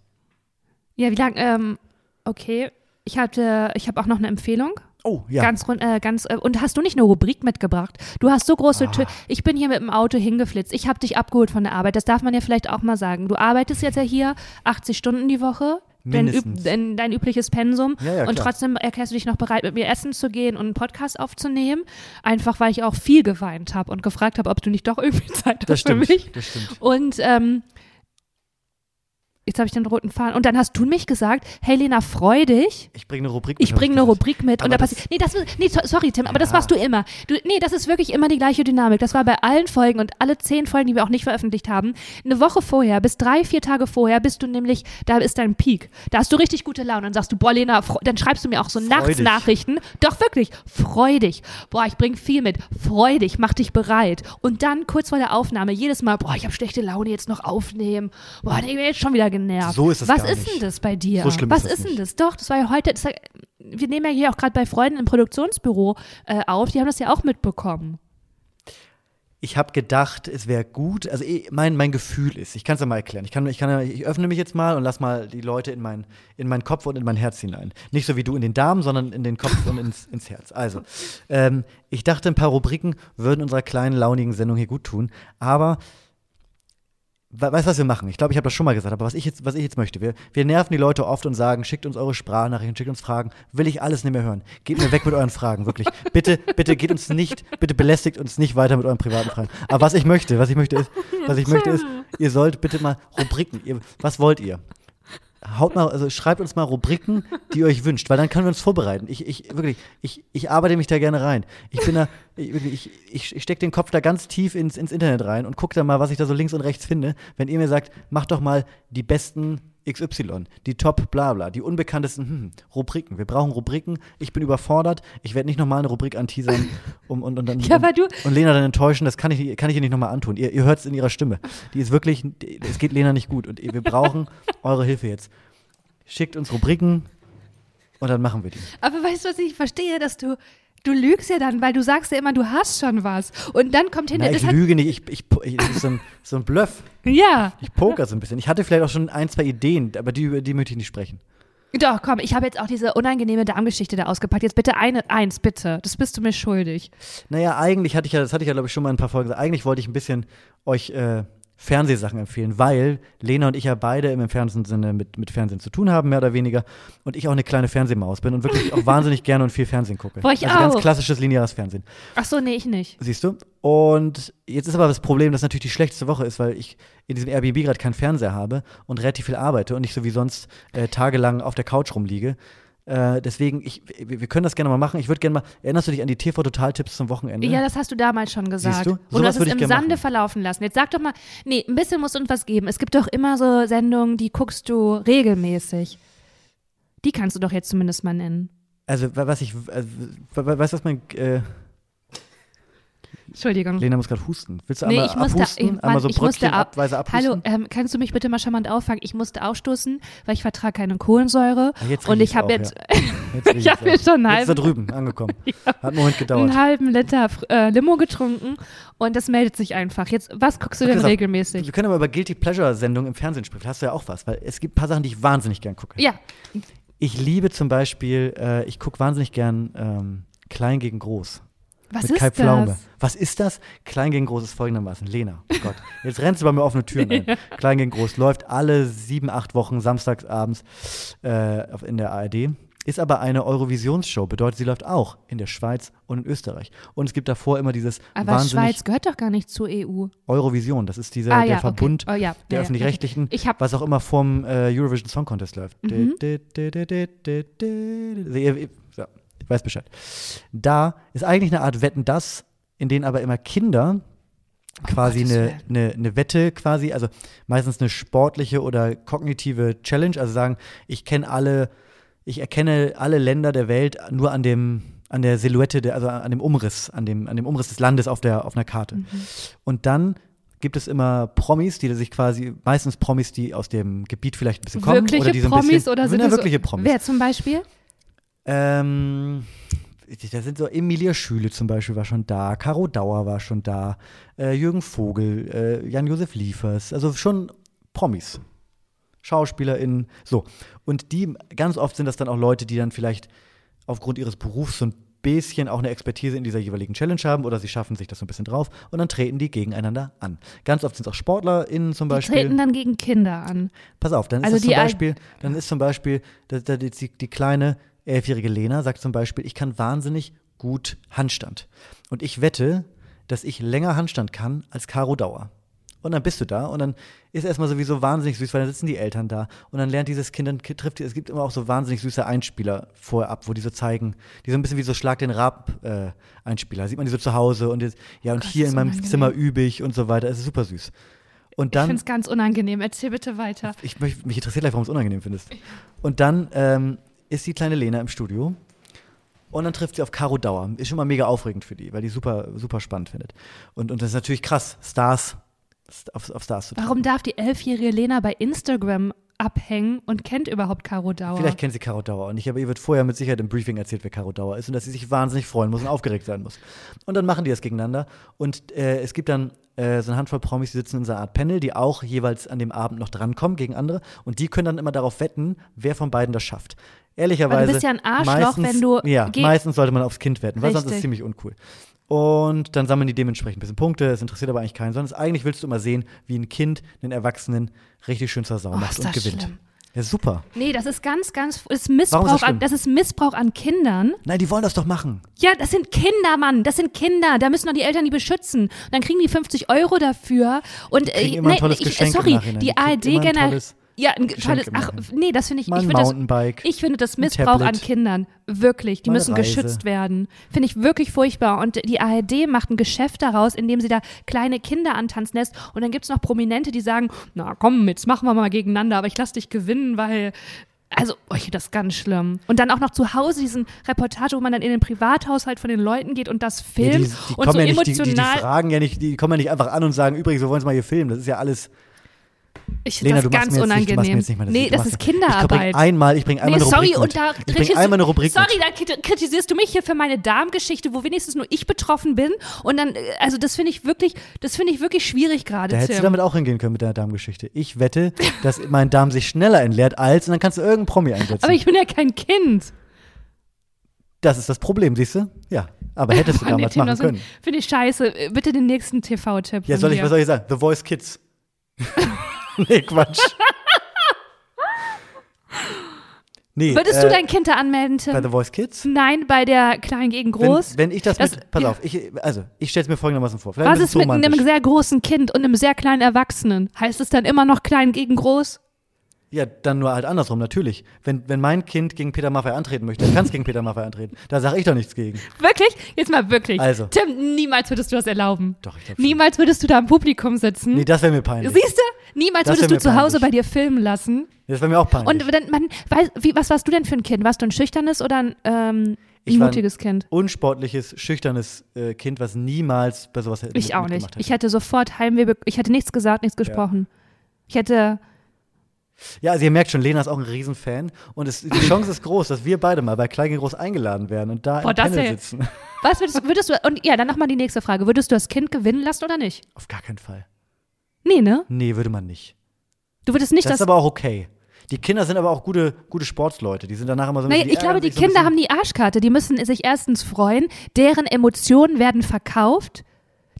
B: Ja, wie lang? Ähm, okay. Ich hatte, ich habe auch noch eine Empfehlung.
A: Oh, ja.
B: Ganz rund, äh, ganz. Äh, und hast du nicht eine Rubrik mitgebracht? Du hast so
A: Ah.
B: große Tür. Ich bin hier mit dem Auto hingeflitzt. Ich habe dich abgeholt von der Arbeit. Das darf man ja vielleicht auch mal sagen. Du arbeitest jetzt ja hier 80 Stunden die Woche. Dein, üb
A: Mindestens.
B: dein, dein übliches Pensum.
A: Ja, ja,
B: und
A: klar.
B: trotzdem erklärst du dich noch bereit, mit mir essen zu gehen und einen Podcast aufzunehmen. Einfach, weil ich auch viel geweint habe und gefragt habe, ob du nicht doch irgendwie Zeit hast
A: das stimmt.
B: für mich.
A: Das stimmt.
B: Und ähm, jetzt habe ich den roten Faden. Und dann hast du mich gesagt, hey Lena, freu dich.
A: Ich bringe eine Rubrik. mit,
B: Ich
A: hab
B: bringe eine
A: gesagt.
B: Rubrik mit und
A: Aber
B: da
A: das-
B: passiert. Nee, das ist- nee, so- sorry, Tim, aber das
A: Ja.
B: machst du immer. Du, nee, das ist wirklich immer die gleiche Dynamik. Das war bei allen Folgen und alle zehn Folgen, die wir auch nicht veröffentlicht haben. Eine Woche vorher, bis drei, vier Tage vorher, bist du nämlich, da ist dein Peak. Da hast du richtig gute Laune und sagst du, boah, Lena, fro- dann schreibst du mir auch so nachts
A: dich.
B: Nachrichten. Doch wirklich, freu dich. Boah, ich bring viel mit. Freu dich, mach dich bereit. Und dann kurz vor der Aufnahme, jedes Mal, boah, ich habe schlechte Laune, jetzt noch aufnehmen. Boah, nee, ich bin jetzt schon wieder genervt.
A: So ist es
B: Was
A: gar
B: ist
A: nicht.
B: denn das bei dir?
A: So schlimm
B: Was
A: ist das
B: denn
A: nicht.
B: das? Doch, das war ja heute. Das war, wir nehmen ja hier auch gerade bei Freunden im Produktionsbüro äh, auf. Die haben das ja auch mitbekommen.
A: ich habe gedacht, es wäre gut. Also eh, mein, mein Gefühl ist, ich kann es ja mal erklären. Ich, kann, ich, kann, ja- ich öffne mich jetzt mal und lass mal die Leute in, mein, in meinen Kopf und in mein Herz hinein. Nicht so wie du in den Darm, sondern in den Kopf und ins, ins Herz. Also, ähm, ich dachte, ein paar Rubriken würden unserer kleinen, launigen Sendung hier gut tun. Aber We- Weißt du, was wir machen? Ich glaube, ich habe das schon mal gesagt, aber was ich jetzt, was ich jetzt möchte, wir, wir nerven die Leute oft und sagen, schickt uns eure Sprachnachrichten, schickt uns Fragen, will ich alles nicht mehr hören. Geht mir weg mit euren Fragen, wirklich. Bitte, bitte geht uns nicht, bitte belästigt uns nicht weiter mit euren privaten Fragen. Aber was ich möchte, was ich möchte ist, was ich möchte ist, ihr sollt bitte mal Rubriken, ihr, was wollt ihr? Haut mal, also schreibt uns mal Rubriken, die ihr euch wünscht, weil dann können wir uns vorbereiten. Ich, ich, wirklich, ich, ich arbeite mich da gerne rein. Ich bin da, ich, wirklich, ich, ich stecke den Kopf da ganz tief ins, ins Internet rein und gucke da mal, was ich da so links und rechts finde. Wenn ihr mir sagt, macht doch mal die besten XY, die Top bla bla, die unbekanntesten hm, Rubriken. Wir brauchen Rubriken. Ich bin überfordert. Ich werde nicht nochmal eine Rubrik anteasern um, und, und, dann,
B: Ja, aber du-
A: und Lena dann enttäuschen. Das kann ich, kann ich ihr nicht nochmal antun. Ihr, ihr hört es in ihrer Stimme. Die ist wirklich, die- es geht Lena nicht gut und wir brauchen eure Hilfe jetzt schickt uns Rubriken und dann machen wir die.
B: Aber weißt du, was ich nicht verstehe? Dass du, du lügst ja dann, weil du sagst ja immer, du hast schon was. Und dann kommt hinter.
A: Na, ich
B: das hat,
A: lüge nicht, ich, ich, po- ich das ist so ein, so ein Bluff.
B: ja.
A: Ich poker so ein bisschen. Ich hatte vielleicht auch schon ein, zwei Ideen, aber die, über die möchte ich nicht sprechen.
B: Doch, komm, ich habe jetzt auch diese unangenehme Darmgeschichte da ausgepackt. Jetzt bitte eine, eins, bitte. Das bist du mir schuldig.
A: Naja, eigentlich hatte ich ja, das hatte ich ja, glaube ich, schon mal in ein paar Folgen gesagt, eigentlich wollte ich ein bisschen euch äh, Fernsehsachen empfehlen, weil Lena und ich ja beide im entferntesten Sinne mit, mit Fernsehen zu tun haben, mehr oder weniger. Und ich auch eine kleine Fernsehmaus bin und wirklich auch wahnsinnig gerne und viel Fernsehen gucke.
B: Boah, ich
A: also
B: auch.
A: ganz klassisches lineares Fernsehen.
B: Ach so, nee, ich nicht.
A: Siehst du? Und jetzt ist aber das Problem, dass natürlich die schlechteste Woche ist, weil ich in diesem Airbnb gerade keinen Fernseher habe und relativ viel arbeite und nicht so wie sonst äh, tagelang auf der Couch rumliege. Äh, deswegen, ich, wir wir können das gerne mal machen. Ich würde gerne mal, erinnerst du dich an die TV-Total-Tipps zum Wochenende?
B: Ja, das hast du damals schon gesagt.
A: Siehst du?
B: Und du
A: Sowas
B: hast es
A: würde ich
B: im
A: gerne
B: Sande
A: machen.
B: verlaufen lassen. Jetzt sag doch mal, nee, ein bisschen muss uns was geben. Es gibt doch immer so Sendungen, die guckst du regelmäßig. Die kannst du doch jetzt zumindest mal nennen.
A: Also, wa- was ich, also, wa- wa- weißt du, was mein, äh,
B: Entschuldigung.
A: Lena muss gerade husten. Willst du
B: Nee,
A: einmal
B: ich musste,
A: abhusten?
B: ich, Mann,
A: einmal so
B: ich musste
A: Brötchen
B: ab.
A: abweise abhusten?
B: Hallo, ähm, kannst du mich bitte mal charmant auffangen? Ich musste ausstoßen, weil ich vertrage keine Kohlensäure.
A: Ah, jetzt
B: und
A: riech's
B: ich habe
A: auch,
B: jetzt
A: Jetzt will
B: Ich hab
A: es
B: mir
A: auch.
B: schon einen
A: Jetzt ist er
B: halben-
A: drüben angekommen. Hat einen Moment gedauert.
B: einen halben Liter Fr- äh, Limo getrunken und das meldet sich einfach. Jetzt, was guckst du denn
A: Christoph,
B: regelmäßig?
A: Wir können aber über Guilty Pleasure-Sendungen im Fernsehen sprechen. Hast du ja auch was, weil es gibt ein paar Sachen, die ich wahnsinnig gern gucke.
B: Ja,
A: Ich liebe zum Beispiel, äh, ich gucke wahnsinnig gern ähm, Klein gegen Groß.
B: was
A: mit
B: ist
A: Kai
B: das?
A: Pflaume. Was ist das? Klein gegen Groß ist folgendermaßen. Lena, oh Gott, jetzt rennst du bei mir offene Türen ein. Klein gegen Groß läuft alle sieben, acht Wochen samstagsabends äh, auf- in der ARD. Ist aber eine Eurovisionsshow, bedeutet, sie läuft auch in der Schweiz und in Österreich. Und es gibt davor immer dieses
B: Aber
A: wahnsinnig
B: Schweiz gehört doch gar nicht zur E EU.
A: Eurovision. Das ist dieser
B: Ah,
A: der
B: ja, okay.
A: Verbund
B: Oh, ja, ja,
A: der
B: ja,
A: öffentlich-rechtlichen,
B: okay. Ich hab- Mhm.
A: was auch immer vom äh, Eurovision Song Contest läuft. Di- di- di- di- di- di- di- ihr- ihr- ja, Ich weiß Bescheid. Da ist eigentlich eine Art Wetten das, in denen aber immer Kinder quasi
B: Gottes
A: eine,
B: Willen.
A: eine, eine Wette quasi, also meistens eine sportliche oder kognitive Challenge, also sagen, ich kenne alle, ich erkenne alle Länder der Welt nur an dem, an der Silhouette, der, also an dem Umriss, an dem, an dem Umriss des Landes auf der, auf einer Karte.
B: Mhm.
A: Und dann gibt es immer Promis, die sich quasi, meistens Promis, die aus dem Gebiet vielleicht ein bisschen kommen.
B: Wirkliche
A: oder die so ein
B: Promis
A: bisschen,
B: oder sind
A: ja,
B: das so-
A: wirkliche Promis.
B: Wer zum Beispiel?
A: Ähm, da sind so Emilia Schüle zum Beispiel war schon da, Caro Dauer war schon da, äh, Jürgen Vogel, äh, Jan-Josef Liefers, also schon Promis. SchauspielerInnen, so. Und die, ganz oft sind das dann auch Leute, die dann vielleicht aufgrund ihres Berufs so ein bisschen auch eine Expertise in dieser jeweiligen Challenge haben oder sie schaffen sich das so ein bisschen drauf und dann treten die gegeneinander an. Ganz oft sind es auch SportlerInnen zum
B: Die
A: Beispiel.
B: treten dann gegen Kinder an.
A: Pass auf, dann ist
B: Also
A: das zum
B: die Al-
A: Beispiel, dann ist zum Beispiel, da, da, die, die, die kleine elfjährige Lena sagt zum Beispiel, ich kann wahnsinnig gut Handstand. Und ich wette, dass ich länger Handstand kann als Caro Dauer. Und dann bist du da und dann ist erstmal sowieso wahnsinnig süß, weil dann sitzen die Eltern da und dann lernt dieses Kind, dann ki- trifft die- es gibt immer auch so wahnsinnig süße Einspieler vorher ab, wo die so zeigen, die so ein bisschen wie so Schlag den Rab äh, Einspieler, sieht man die so zu Hause und jetzt, ja und
B: Oh Gott,
A: hier in
B: das ist
A: meinem
B: unangenehm.
A: Zimmer übe ich und so weiter, es ist super süß. Und
B: ich
A: dann
B: finde es ganz unangenehm. Erzähl bitte weiter.
A: ich, möcht- mich interessiert gleich, warum du es unangenehm findest. Und dann ähm, ist die kleine Lena im Studio und dann trifft sie auf Caro Dauer. Ist schon mal mega aufregend für die, weil die super, super spannend findet. Und, und das ist natürlich krass, Stars st- auf, auf Stars zu treffen.
B: Warum darf die elfjährige Lena bei Instagram abhängen und kennt überhaupt Caro Dauer?
A: Vielleicht kennt sie Caro Dauer nicht, aber ihr wird vorher mit Sicherheit im Briefing erzählt, wer Caro Dauer ist und dass sie sich wahnsinnig freuen muss und aufgeregt sein muss. Und dann machen die das gegeneinander und äh, es gibt dann äh, so eine Handvoll Promis, die sitzen in so einer Art Panel, die auch jeweils an dem Abend noch drankommen gegen andere und die können dann immer darauf wetten, wer von beiden das schafft. Ehrlicherweise.
B: Weil du bist ja ein Arschloch,
A: meistens,
B: wenn du
A: Ja,
B: ge-
A: meistens sollte man aufs Kind wetten, weil sonst ist
B: Richtig.
A: es ziemlich uncool. Und dann sammeln die dementsprechend ein bisschen Punkte, es interessiert aber eigentlich keinen, sondern es- eigentlich willst du immer sehen, wie ein Kind einen Erwachsenen richtig schön zur Sau
B: Oh,
A: macht
B: ist
A: und
B: das
A: gewinnt.
B: schlimm.
A: Ja, super.
B: Nee, das ist ganz, ganz, das ist Missbrauch, an,
A: schlimm?
B: das ist Missbrauch an Kindern.
A: Nein, die wollen das doch machen.
B: Ja, das sind Kinder, Mann. Das sind Kinder. Da müssen doch die Eltern die beschützen. Und dann kriegen die 50 Euro dafür. Und äh,
A: kriegen immer ein tolles
B: ich,
A: Geschenk im
B: sorry,
A: Nachhinein. Die
B: die
A: kriegen
B: ARD
A: immer ein
B: generell.
A: tolles
B: Ja, ein ge-
A: Geschenk
B: tolles.
A: im
B: Ach,
A: Nachhinein.
B: nee, das finde ich.
A: Mal
B: Ich
A: ein
B: finde das,
A: Mountainbike,
B: ich finde das
A: ein
B: Missbrauch an
A: Tablet.
B: Kindern. Wirklich. Die
A: Mal eine
B: müssen
A: Reise.
B: geschützt werden. Finde ich wirklich furchtbar. Und die ARD macht ein Geschäft daraus, indem sie da kleine Kinder antanzen lässt. Und dann gibt's noch Prominente, die sagen: Na komm, jetzt machen wir mal gegeneinander, aber ich lass dich gewinnen, weil. Also, oh, ich finde das ganz schlimm. Und dann auch noch zu Hause diesen Reportage, wo man dann in den Privathaushalt von den Leuten geht und das
A: Ja,
B: filmt
A: die, die,
B: und so
A: kommen ja nicht, die, die, die
B: emotional.
A: fragen ja nicht, die kommen ja nicht einfach an und sagen, übrigens, wir wollen es mal hier filmen. Das ist ja alles.
B: ich finde
A: Lena,
B: das
A: du machst
B: ganz
A: mir jetzt nicht, du machst mir
B: unangenehm.
A: jetzt nicht mal das
B: nee,
A: Lied. Du
B: das
A: machst
B: ist
A: mir- Ich
B: Kinderarbeit.
A: bring einmal, ich bringe einmal
B: Nee,
A: eine Rubrik
B: sorry, und
A: mit.
B: da
A: ich bringe einmal eine Rubrik
B: Sorry,
A: mit.
B: da kriti- kritisierst du mich hier für meine Darmgeschichte, wo wenigstens nur ich betroffen bin. Und dann, äh, also das finde ich wirklich, das finde ich wirklich schwierig gerade,
A: Da hättest du
B: Tim.
A: damit auch hingehen können mit deiner Darmgeschichte. Ich wette, dass mein Darm sich schneller entleert als, und dann kannst du irgendeinen Promi einsetzen.
B: Aber ich bin ja kein Kind.
A: das ist das Problem, siehst du? Ja, aber hättest du
B: Mann, Oh, nee,
A: damals
B: Tim,
A: machen
B: das
A: können.
B: Finde ich scheiße. Äh, Bitte den nächsten TV-Tipp.
A: Ja,
B: von
A: soll ich,
B: dir.
A: was soll ich sagen? The Voice Kids. nee, Quatsch. nee, äh,
B: Würdest du dein Kind da anmelden,
A: bei The
B: Tim?
A: Voice Kids?
B: Nein, bei der Kleinen gegen Groß.
A: Wenn, wenn ich das,
B: Das-
A: mit, pass auf, ich, also ich stelle es mir folgendermaßen vor. Vielleicht
B: Was
A: ein
B: ist
A: bisschen
B: mit einem
A: romantisch.
B: sehr großen Kind und einem sehr kleinen Erwachsenen? Heißt es dann immer noch Klein gegen Groß?
A: Ja, dann nur halt andersrum, natürlich. Wenn, wenn mein Kind gegen Peter Maffay antreten möchte, dann kann es gegen Peter Maffay antreten. Da sage ich doch nichts gegen.
B: Wirklich? Jetzt mal wirklich.
A: Also.
B: Tim, niemals würdest du das erlauben.
A: Doch, ich glaub schon.
B: Niemals würdest du da im Publikum sitzen.
A: Nee, das wäre mir peinlich.
B: Siehst du? Niemals
A: Das
B: würdest du
A: wär
B: zu
A: mir
B: Hause bei
A: peinlich.
B: dir filmen lassen.
A: Das wäre mir auch peinlich.
B: Und dann, man, weiß, wie, was warst du denn für ein Kind? Warst du ein schüchternes oder ein ähm,
A: Ich war ein
B: mutiges Kind?
A: Unsportliches, schüchternes äh, Kind, was niemals bei sowas hätte
B: Ich auch nicht.
A: mitgemacht
B: Ich
A: hätte.
B: hätte sofort Heimweh. bek- Ich hätte nichts gesagt, nichts gesprochen. Ich hätte.
A: Ja, also ihr merkt schon, Lena ist auch ein Riesenfan. Und es, die Chance ist groß, dass wir beide mal bei Klein gegen Groß eingeladen werden und da
B: Boah,
A: im
B: das
A: Panel
B: wär-
A: sitzen.
B: Was würdest, du- würdest du. Und ja, dann nochmal die nächste Frage. Würdest du das Kind gewinnen lassen oder nicht?
A: Auf gar keinen Fall.
B: Nee, ne?
A: Nee, würde man nicht.
B: Du würdest nicht
A: Das,
B: das.
A: ist aber auch okay. Die Kinder sind aber auch gute, gute Sportsleute. Die sind danach immer so ein
B: Naja,
A: bisschen-
B: ich glaube,
A: ärgern
B: die
A: sich so ein
B: Kinder
A: bisschen.
B: haben die Arschkarte. Die müssen sich erstens freuen. Deren Emotionen werden verkauft.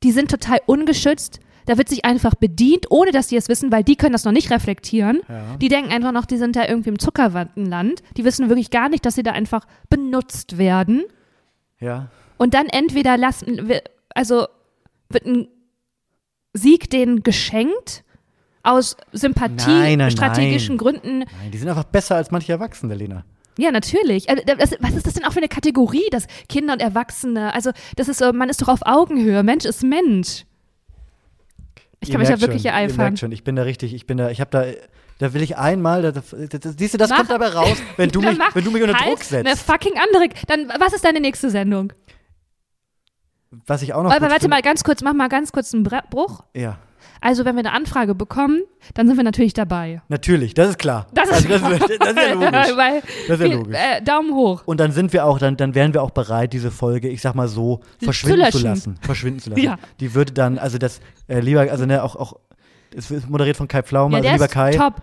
B: Die sind total ungeschützt. Da wird sich einfach bedient, ohne dass die es wissen, weil die können das noch nicht reflektieren.
A: Ja.
B: Die denken einfach noch, die sind da irgendwie im Zuckerwattenland. Die wissen wirklich gar nicht, dass sie da einfach benutzt werden.
A: Ja.
B: Und dann entweder lassen, wir- also wird ein Sieg denen geschenkt aus Sympathie,
A: Nein, nein,
B: strategischen
A: nein.
B: Gründen.
A: Nein, die sind einfach besser als manche Erwachsene, Lena.
B: Ja, natürlich. Also, das, was ist das denn auch für eine Kategorie, dass Kinder und Erwachsene, also das ist so, man ist doch auf Augenhöhe, Mensch ist Mensch. Ich kann
A: Ihr
B: mich da
A: merkt
B: wirklich
A: schon, Ihr
B: ereifern.
A: merkt schon, ich bin da richtig, ich bin da, ich habe da, da will ich einmal, da, das, das, siehst du, das
B: Mach-
A: kommt dabei raus, wenn du,
B: Dann
A: mich,
B: mach
A: wenn du mich unter
B: halt
A: Druck
B: Eine
A: setzt.
B: fucking andere. Dann, was ist deine nächste Sendung?
A: Was ich auch noch.
B: Aber
A: gut
B: warte
A: finde-
B: mal ganz kurz, mach mal ganz kurz einen Bre- Bruch.
A: Ja,
B: Also, wenn wir eine Anfrage bekommen, dann sind wir natürlich dabei.
A: natürlich, das ist klar.
B: Das
A: also,
B: ist,
A: das, ist- das ist ja logisch.
B: Weil
A: Das ist ja
B: wir-
A: logisch.
B: Äh, Daumen hoch.
A: Und dann sind wir auch, dann, dann wären wir auch bereit, diese Folge, ich sag mal so, verschwinden zu,
B: löschen.
A: lassen. Verschwinden zu lassen.
B: Ja.
A: Die würde dann, also das, äh, lieber, also ne, auch, auch, es ist moderiert von Kai Pflaume,
B: Ja,
A: also
B: der
A: lieber
B: ist
A: Kai,
B: top.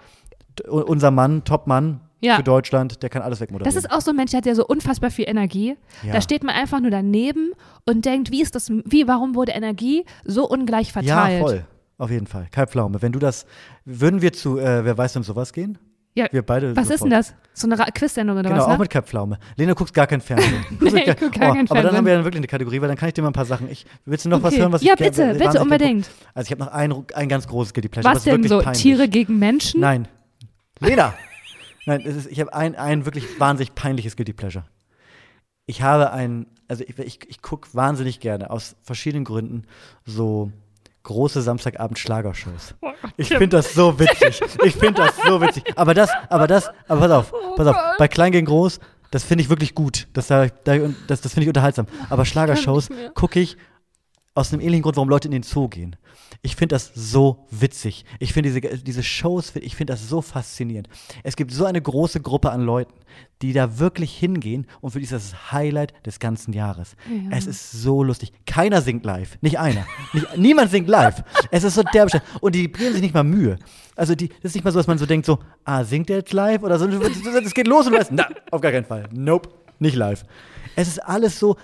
A: t- unser Mann, Top-Mann
B: Ja.
A: für Deutschland, der kann alles
B: Das
A: wegmoderieren.
B: ist auch so ein Mensch, der hat ja so unfassbar viel Energie.
A: Ja.
B: Da steht man einfach nur daneben und denkt, wie ist das, wie, warum wurde Energie so ungleich verteilt?
A: Ja, voll. Auf jeden Fall. Kai Pflaume, wenn du das, würden wir zu, äh, wer weiß um sowas gehen?
B: Ja,
A: Wir beide.
B: was ist denn
A: sofort.
B: das? So eine Ra- Quiz-Sendung oder
A: Genau,
B: was?
A: auch
B: Ne?
A: mit Kai Pflaume. Lena, du guckst gar kein Fernsehen. Du guckst
B: Nee, ich
A: gar- Oh,
B: guck gar kein
A: Aber dann
B: Fernsehen.
A: haben wir dann wirklich eine Kategorie, weil dann kann ich dir mal ein paar Sachen. Ich, willst du noch was
B: Okay.
A: hören, was
B: Ja,
A: ich
B: bitte, bitte,
A: wahnsinnig gerne
B: unbedingt.
A: guck? Also ich habe noch ein, ein ganz großes Guilty Pleasure.
B: was
A: aber es
B: denn
A: ist
B: so?
A: wirklich peinlich.
B: Tiere gegen Menschen?
A: Nein. Lena! Nein, es ist, ich habe ein, ein wirklich wahnsinnig peinliches Guilty Pleasure. Ich habe ein, also ich, ich, ich gucke wahnsinnig gerne aus verschiedenen Gründen so große Samstagabend-Schlagershows.
B: Oh
A: Ich finde das so witzig. Ich finde das so witzig. Aber das, aber das, aber pass auf, pass auf.
B: Oh Gott.
A: Bei Klein gegen Groß, das finde ich wirklich gut. Das, da, da, das, das finde ich unterhaltsam. Aber Schlagershows
B: nicht mehr.
A: gucke ich aus einem ähnlichen Grund, warum Leute in den Zoo gehen. Ich finde das so witzig. Ich finde diese, diese Shows, ich finde das so faszinierend. Es gibt so eine große Gruppe an Leuten, die da wirklich hingehen und für die ist das das Highlight des ganzen Jahres.
B: Ja.
A: Es ist so lustig. Keiner singt live. Nicht einer. Nicht, niemand singt live. Es ist so derb. schlecht. Und die geben sich nicht mal Mühe. Also die, das ist nicht mal so, dass man so denkt, so, ah, singt der jetzt live? Oder so, es geht los und du weißt, na, auf gar keinen Fall. Nope, nicht live. Es ist alles so,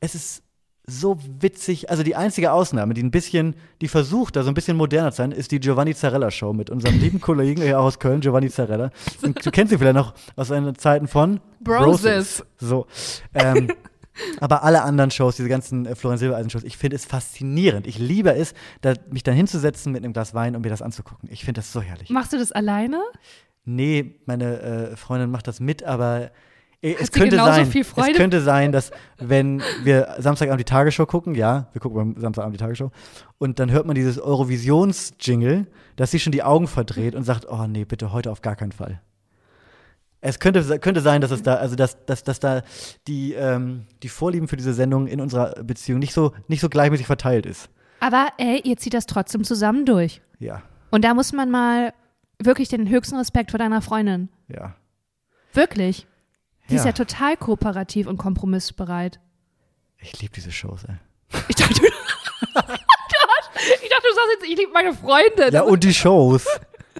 A: es ist so witzig. Also die einzige Ausnahme, die ein bisschen, die versucht, da so ein bisschen moderner zu sein, ist die Giovanni Zarella Show mit unserem lieben Kollegen hier aus Köln, Giovanni Zarella. Und du kennst sie vielleicht noch aus seinen Zeiten von
B: Broses.
A: So. Ähm, aber alle anderen Shows, diese ganzen äh, Florian Silbereisen Shows, ich finde es faszinierend. Ich liebe es, da, mich dann hinzusetzen mit einem Glas Wein und mir das anzugucken. Ich finde das so herrlich.
B: Machst du das alleine?
A: Nee, meine äh, Freundin macht das mit, aber äh, es
B: Hat sie
A: könnte
B: genauso
A: sein,
B: viel Freude?
A: es könnte sein, dass wenn wir Samstagabend die Tagesschau gucken, ja, wir gucken beim Samstagabend die Tagesschau und dann hört man dieses Eurovisions-Jingle, dass sie schon die Augen verdreht und sagt, oh nee, bitte heute auf gar keinen Fall. Es könnte, könnte sein, dass es da, also dass, dass, dass da die, ähm, die Vorlieben für diese Sendung in unserer Beziehung nicht so, nicht so gleichmäßig verteilt ist.
B: Aber ey, ihr zieht das trotzdem zusammen durch.
A: Ja,
B: Und da muss man mal wirklich den höchsten Respekt vor deiner Freundin.
A: ja.
B: Wirklich. Die ist
A: Ja.
B: ja total kooperativ und kompromissbereit.
A: Ich liebe diese Shows, ey.
B: Ich dachte, du, ich dachte, du sagst jetzt, ich liebe meine Freunde.
A: Ja, und die Shows.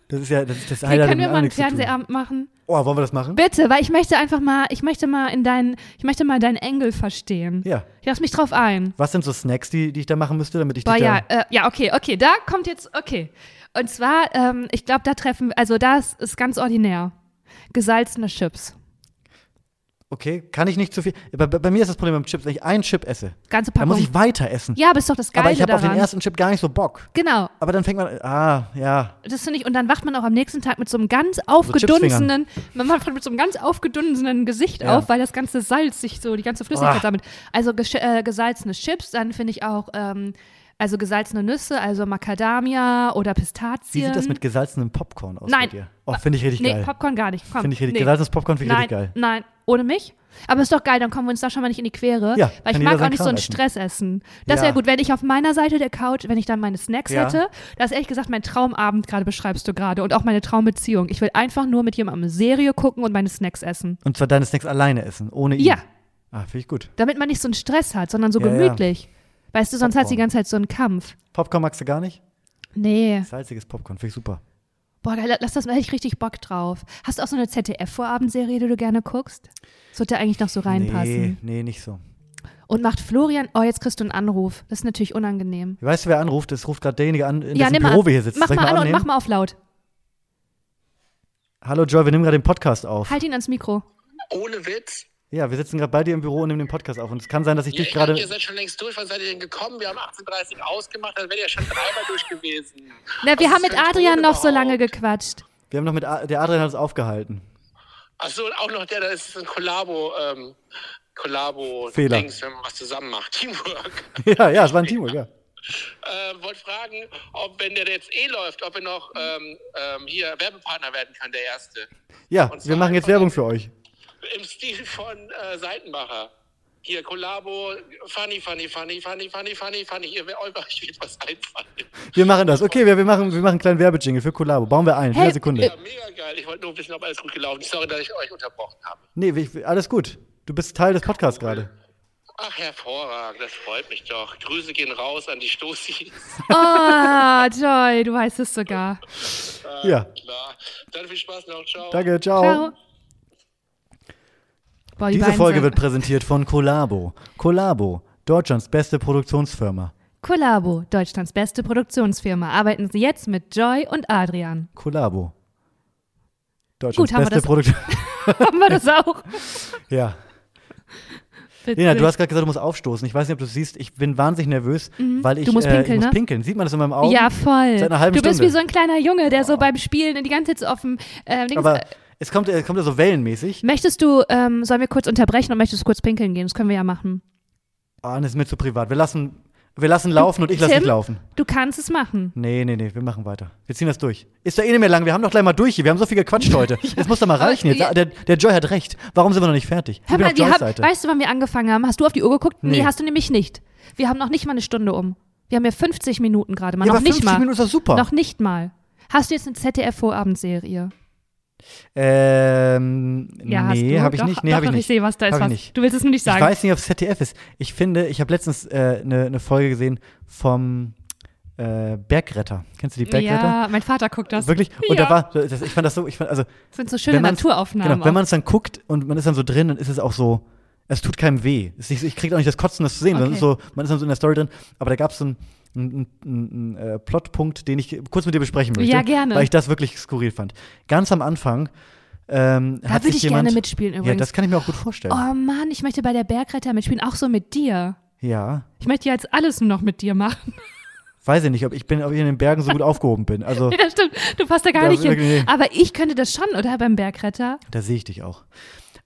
A: Das ist ja, das ist das
B: Hey,
A: Highlight,
B: können
A: hat
B: wir
A: mit
B: mal einen
A: nichts zu tun.
B: Fernsehabend machen?
A: Oh, wollen wir das machen?
B: Bitte, weil ich möchte einfach mal, ich möchte mal in deinen, ich möchte mal deinen Engel verstehen.
A: Ja.
B: Ich lass mich drauf ein.
A: Was sind so Snacks, die, die ich da machen müsste, damit ich
B: Boah,
A: dich
B: ja,
A: da.
B: äh, ja, okay, okay, da kommt jetzt, okay. Und zwar, ähm, ich glaube, da treffen, also das ist ganz ordinär. Gesalzene Chips.
A: Okay, kann ich nicht zu viel. Bei, bei bei mir ist das Problem beim Chips, wenn ich einen Chip esse,
B: Ganze
A: dann
B: Packung.
A: muss ich weiter essen.
B: ja, aber ist doch das Geile
A: aber ich habe auf
B: daran.
A: den ersten Chip gar nicht so Bock.
B: genau,
A: Aber dann fängt man, ah, ja.
B: das finde ich. Und dann wacht man auch am nächsten Tag mit so einem ganz aufgedunsenen, man wacht mit so einem ganz aufgedunsenen Gesicht
A: Ja.
B: auf, weil das ganze Salz sich so, die ganze
A: Ah.
B: Flüssigkeit damit. Also gesch- äh, gesalzene Chips, dann finde ich auch, ähm, also gesalzene Nüsse, also Macadamia oder
A: Wie
B: Pistazien.
A: sieht das mit gesalzenem Popcorn aus
B: Nein.
A: bei dir? Oh, finde ich richtig
B: Nee,
A: geil.
B: Popcorn gar nicht. Komm,
A: Finde ich richtig,
B: nee.
A: gesalzenes Popcorn finde ich
B: Nein,
A: richtig geil.
B: nein, ohne mich. Aber ist doch geil, dann kommen wir uns da schon mal nicht in die Quere.
A: Ja, kann
B: weil ich
A: jeder
B: mag auch
A: seinen
B: nicht so
A: Kram
B: einen
A: essen.
B: Stress essen. Das
A: Ja.
B: wäre gut, wenn ich auf meiner Seite der Couch, wenn ich dann meine Snacks
A: Ja.
B: hätte. Das ist ehrlich gesagt mein Traumabend gerade, beschreibst du gerade. Und auch meine Traumbeziehung. Ich will einfach nur mit jemandem eine Serie gucken und meine Snacks essen.
A: Und zwar deine Snacks alleine essen, ohne ihn.
B: Ja.
A: Ah, finde ich gut.
B: Damit man nicht so einen Stress hat, sondern so
A: Ja, ja.
B: gemütlich. Weißt du, sonst hat sie die
A: Popcorn.
B: ganze Zeit so einen Kampf.
A: Popcorn magst du gar nicht?
B: Nee.
A: Salziges Popcorn, finde ich super.
B: Boah, da, lass das mal, hätte ich richtig Bock drauf. Hast du auch so eine ZDF-Vorabendserie, die du gerne guckst? Das wird da eigentlich noch so reinpassen.
A: Nee, nee, nicht so.
B: Und macht Florian, oh, jetzt kriegst du einen Anruf. Das ist natürlich unangenehm.
A: Weißt du, wer anruft? Es ruft gerade derjenige an, in
B: ja,
A: dessen
B: nimm
A: Büro
B: mal,
A: wir hier sitzen.
B: mach
A: Soll ich
B: mal
A: mal
B: an und
A: annehmen?
B: mach mal auf laut.
A: Hallo Joy, wir nehmen gerade den Podcast auf.
B: Halt ihn ans Mikro.
C: Ohne Witz.
A: Ja, wir sitzen gerade bei dir im Büro und nehmen den Podcast auf. Und es kann sein, dass ich
C: Ja,
A: dich
C: ich dachte,
A: gerade.
C: ihr seid schon längst durch. Wann seid ihr denn gekommen? Wir haben 18.30 Uhr ausgemacht, dann wärt ihr schon dreimal durch gewesen.
B: Na, wir
C: Was
B: haben
C: ist
B: mit
C: für ein
B: Adrian
C: Ton
B: noch so lange
C: überhaupt?
B: gequatscht.
A: Wir haben noch mit. A der Adrian hat uns aufgehalten.
C: Achso, und auch noch der, da ist ein Kollabo, ähm, Kollabo,
A: Fehler.
C: Dings, wenn man was zusammen macht. Teamwork.
A: ja, ja, es war ein Teamwork, ja.
C: ähm, wollte fragen, ob, wenn der jetzt eh läuft, ob er noch ähm, ähm, hier Werbepartner werden kann, der Erste.
A: Ja,
C: Und zwar
A: wir machen jetzt
C: einfach-
A: Werbung für euch.
C: Im Stil von äh, Seitenbacher. Hier, Kollabo, funny, funny, funny, funny, funny, funny, funny. Ihr, euch wird was einfallen.
A: Wir machen das. Okay, wir, wir, machen, wir machen einen kleinen Werbejingle für Collabo. Bauen wir ein.
B: Hey,
A: Hey, Sekunde.
C: Ja, mega geil. Ich wollte nur wissen, ob alles gut gelaufen ist. Sorry, dass ich euch unterbrochen habe.
A: Nee, wir- alles gut. Du bist Teil des Podcasts gerade.
C: Ach, hervorragend. Das freut mich doch. Grüße gehen raus an die Stoßis.
B: Oh, Joy, du weißt es sogar.
C: Äh,
A: Ja.
C: Klar. Dann viel Spaß noch. Ciao.
A: Danke,
B: Ciao. Boah, die
A: Diese
B: beiden
A: Folge
B: sind-
A: wird präsentiert von Collabo. Collabo, Deutschlands beste Produktionsfirma.
B: Collabo, Deutschlands beste Produktionsfirma. Arbeiten Sie jetzt mit Joy und Adrian.
A: Collabo. Deutschlands
B: haben wir
A: beste
B: das-
A: Produktion.
B: Haben wir das auch?
A: ja.
B: Witzig.
A: Lena, du hast gerade gesagt, du musst aufstoßen. Ich weiß nicht, ob du es siehst. Ich bin wahnsinnig nervös, weil ich,
B: Mhm. Du musst
A: äh,
B: pinkeln,
A: ich muss
B: ne?
A: pinkeln. Sieht man das in meinem Auge?
B: ja, voll.
A: Seit einer halben
B: du bist
A: Stunde.
B: wie so ein kleiner Junge, der so beim Spielen die ganze Zeit so offen. Äh, links,
A: Aber es kommt, es kommt ja so wellenmäßig.
B: Möchtest du, ähm, sollen wir kurz unterbrechen und möchtest du kurz pinkeln gehen? Das können wir ja machen.
A: Ah, das ist mir zu privat. Wir lassen, wir lassen laufen und ich lasse
B: Tim?
A: nicht laufen.
B: Du kannst es machen.
A: Nee, nee, nee, wir machen weiter. Wir ziehen das durch. Ist doch eh nicht mehr lang. Wir haben doch gleich mal durch hier. Wir haben so viel gequatscht heute. Es muss doch mal
B: aber
A: reichen jetzt.
B: wir-
A: Ah, Der, der Joy hat recht. Warum sind wir noch nicht fertig? Ich
B: Hör
A: bin
B: mal,
A: auf
B: wir
A: Joys
B: haben,
A: Seite.
B: weißt du, wann wir angefangen haben? Hast du auf die Uhr geguckt? Nee,
A: Nee.
B: hast du nämlich nicht. Wir haben noch nicht mal eine Stunde um. Wir haben ja 50 Minuten gerade mal.
A: ja,
B: noch
A: aber
B: nicht
A: 50
B: mal.
A: Minuten ist doch super.
B: Noch nicht mal. Hast du jetzt eine ZDF-Vorabendserie?
A: Ähm,
B: Ja, hast
A: nee,
B: du?
A: habe ich
B: doch,
A: nicht. Nee,
B: doch,
A: habe ich
B: doch,
A: nicht.
B: Ich sehe, was da ist.
A: Hab ich
B: was.
A: nicht.
B: Du willst es mir nicht
A: Ich
B: sagen.
A: weiß nicht, ob es ZDF ist. Ich finde, ich habe letztens eine äh, ne- ne Folge gesehen vom äh, Bergretter. Kennst du die Bergretter?
B: ja, mein Vater guckt das.
A: Wirklich? Und
B: ja.
A: da war, das, ich fand das so, ich fand, also
B: das sind so schöne
A: man's-
B: Naturaufnahmen.
A: Genau, wenn
B: auch.
A: man es dann guckt und man ist dann so drin, dann ist es auch so, es tut keinem weh. Es ist nicht, so- ich kriege auch nicht das Kotzen, das zu sehen. sondern es ist so, man ist dann so in der Story drin. Aber da gab es so einen, einen, einen, einen äh, Plotpunkt, den ich kurz mit dir besprechen möchte.
B: Ja, gerne.
A: Weil ich das wirklich skurril fand. Ganz am Anfang ähm,
B: da
A: hat
B: würde
A: sich
B: ich
A: jemand,
B: gerne mitspielen übrigens.
A: Ja, das kann ich mir auch gut vorstellen.
B: oh Mann, ich möchte bei der Bergretter mitspielen, auch so mit dir.
A: Ja.
B: Ich möchte ja jetzt alles nur noch mit dir machen.
A: Weiß ich nicht, ob ich, bin, ob ich in den Bergen so gut aufgehoben bin. Also,
B: Nee, das stimmt. Du passt da gar
A: Ja,
B: nicht hin.
A: wirklich nicht.
B: Aber ich könnte das schon, oder? Beim Bergretter.
A: da sehe ich dich auch.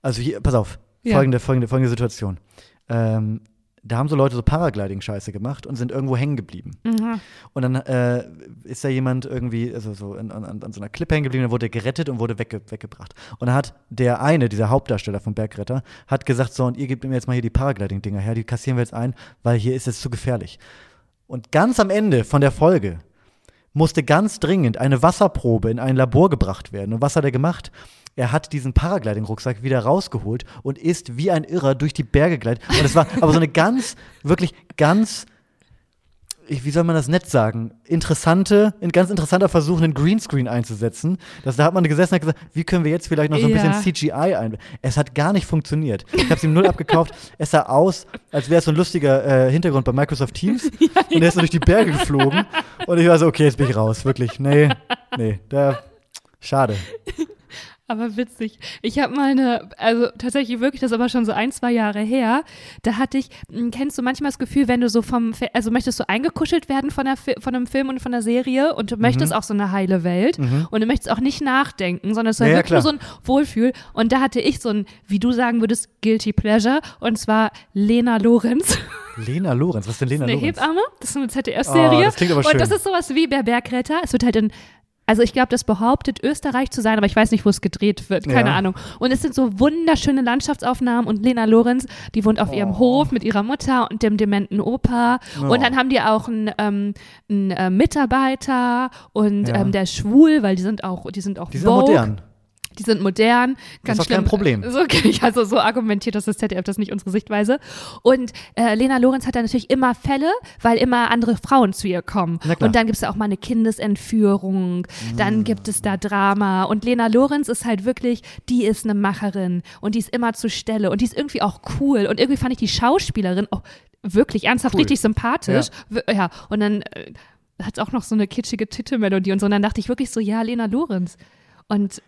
A: Also, hier, pass auf.
B: Ja.
A: Folgende, folgende, folgende Situation. Ähm, da haben so Leute so Paragliding-Scheiße gemacht und sind irgendwo hängen geblieben. Und dann äh, ist da jemand irgendwie also so an, an, an so einer Klippe hängen geblieben, dann wurde er gerettet und wurde wegge weggebracht. Und dann hat der eine, dieser Hauptdarsteller vom Bergretter, hat gesagt, so, und ihr gebt mir jetzt mal hier die Paragliding-Dinger her, die kassieren wir jetzt ein, weil hier ist es zu gefährlich. Und ganz am Ende von der Folge musste ganz dringend eine Wasserprobe in ein Labor gebracht werden. Und was hat er gemacht? Er hat diesen Paragliding-Rucksack wieder rausgeholt und ist wie ein Irrer durch die Berge geleitet. Und es war aber so eine ganz, wirklich ganz ich, wie soll man das nett sagen, interessante, ein ganz interessanter Versuch, einen Greenscreen einzusetzen. Das, da hat man gesessen und hat gesagt, wie können wir jetzt vielleicht noch so ein
B: Ja.
A: bisschen CGI ein. Es hat gar nicht funktioniert. Ich habe es ihm null abgekauft. Es sah aus, als wäre es so ein lustiger äh, Hintergrund bei Microsoft Teams. und er ist so durch die Berge geflogen. Und ich war so, okay, jetzt bin ich raus. Wirklich. Nee, nee. Da, schade.
B: Aber witzig. Ich habe mal eine, also tatsächlich wirklich, das ist aber schon so ein, zwei Jahre her, da hatte ich, m, kennst du manchmal das Gefühl, wenn du so vom, Fe- also möchtest du eingekuschelt werden von, der, Fi- von einem Film und von einer Serie und du
A: Mhm.
B: möchtest auch so eine heile Welt und du möchtest auch nicht nachdenken, sondern es soll
A: Ja, ja,
B: wirklich nur so
A: klar.
B: ein Wohlfühl. Und da hatte ich so ein, wie du sagen würdest, Guilty Pleasure und zwar Lena Lorenz.
A: Lena Lorenz, was ist denn Lena
B: eine
A: Lorenz?
B: Hebamme. Das ist eine ZDF-Serie.
A: Oh, das klingt aber
B: Und
A: schön.
B: das ist sowas wie der Bergretter. Es wird halt in, also ich glaube, das behauptet Österreich zu sein, aber ich weiß nicht, wo es gedreht wird. Keine
A: Ja.
B: Ahnung. Und es sind so wunderschöne Landschaftsaufnahmen und Lena Lorenz, die wohnt auf ihrem Hof mit ihrer Mutter und dem dementen Opa.
A: Oh.
B: Und dann haben die auch einen, ähm, einen äh, Mitarbeiter und
A: Ja.
B: ähm, der ist schwul, weil die sind auch, die sind auch
A: Die sind
B: Vogue.
A: modern.
B: Die sind modern, ganz
A: ist auch
B: schlimm.
A: kein Problem.
B: So, okay, also so argumentiert das das ZDF, das ist nicht unsere Sichtweise. Und äh, Lena Lorenz hat da natürlich immer Fälle, weil immer andere Frauen zu ihr kommen.
A: Na klar. Mhm.
B: Und dann gibt es da auch mal eine Kindesentführung, dann gibt es da Drama. Und Lena Lorenz ist halt wirklich, die ist eine Macherin und die ist immer zur Stelle und die ist irgendwie auch cool. Und irgendwie fand ich die Schauspielerin auch wirklich ernsthaft
A: Cool.
B: richtig sympathisch. W- Ja, und dann äh, hat es auch noch so eine kitschige Titelmelodie und so. Und dann dachte ich wirklich so, ja, Lena Lorenz. Und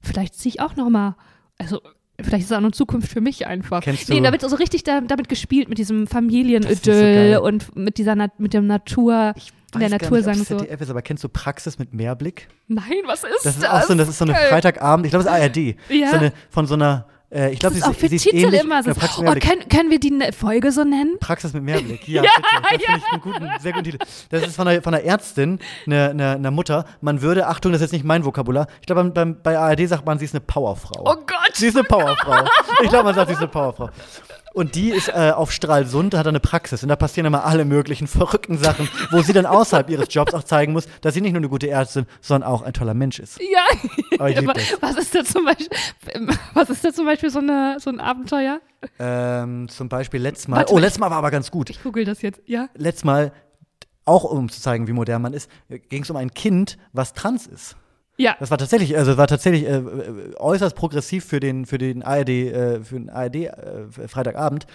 B: vielleicht ziehe ich auch noch mal, also vielleicht ist es auch eine Zukunft für mich einfach.
A: Kennst
B: nee,
A: du-
B: damit so richtig da, damit gespielt, mit diesem
A: ist so
B: Familienidyll
A: geil.
B: und mit dieser Na mit dem Natur, in
A: Weiß
B: der
A: gar
B: Natur
A: nicht, ob's
B: sagen so.
A: ZDF ist, aber kennst du Praxis mit Mehrblick?
B: Nein, was ist
A: Das ist auch so, das ist so eine
B: geil.
A: Freitagabend, ich glaube, es ist ARD.
B: Ja.
A: So eine, von so einer, äh, ich
B: Das
A: glaube, sie
B: ist auch für
A: sie ist
B: Titel
A: ähnlich,
B: immer so.
A: Ja, Praxis, mit
B: Oh,
A: Mehrblick.
B: können, können wir die ne- Folge so nennen?
A: Praxis mit Mehrblick, ja, ja das finde ich einen guten, sehr guten Titel. Das ist von einer, von einer Ärztin, einer, einer, einer Mutter. Man würde, Achtung, das ist jetzt nicht mein Vokabular, ich glaube, beim- beim- bei ARD sagt man, sie ist eine Powerfrau.
B: Oh Gott.
A: Sie ist eine Powerfrau. Ich glaube, man sagt, sie ist eine Powerfrau. Und die ist äh, auf Stralsund, hat eine Praxis und da passieren immer alle möglichen verrückten Sachen, wo sie dann außerhalb ihres Jobs auch zeigen muss, dass sie nicht nur eine gute Ärztin, sondern auch ein toller Mensch ist.
B: Ja.
A: Aber Oh, ich lieb
B: Aber
A: das.
B: was ist da zum Beispiel, was ist da zum Beispiel so, eine, so ein Abenteuer?
A: Ähm, zum Beispiel letztes Mal.
B: Warte
A: Oh,
B: mal,
A: letztes Mal war aber ganz gut.
B: Ich google das jetzt, ja.
A: Letztes Mal, auch um zu zeigen, wie modern man ist, ging es um ein Kind, was trans ist.
B: Ja.
A: Das war tatsächlich, also war tatsächlich äh, äh, äußerst progressiv für den für den ARD äh, für den ARD äh, Freitagabend.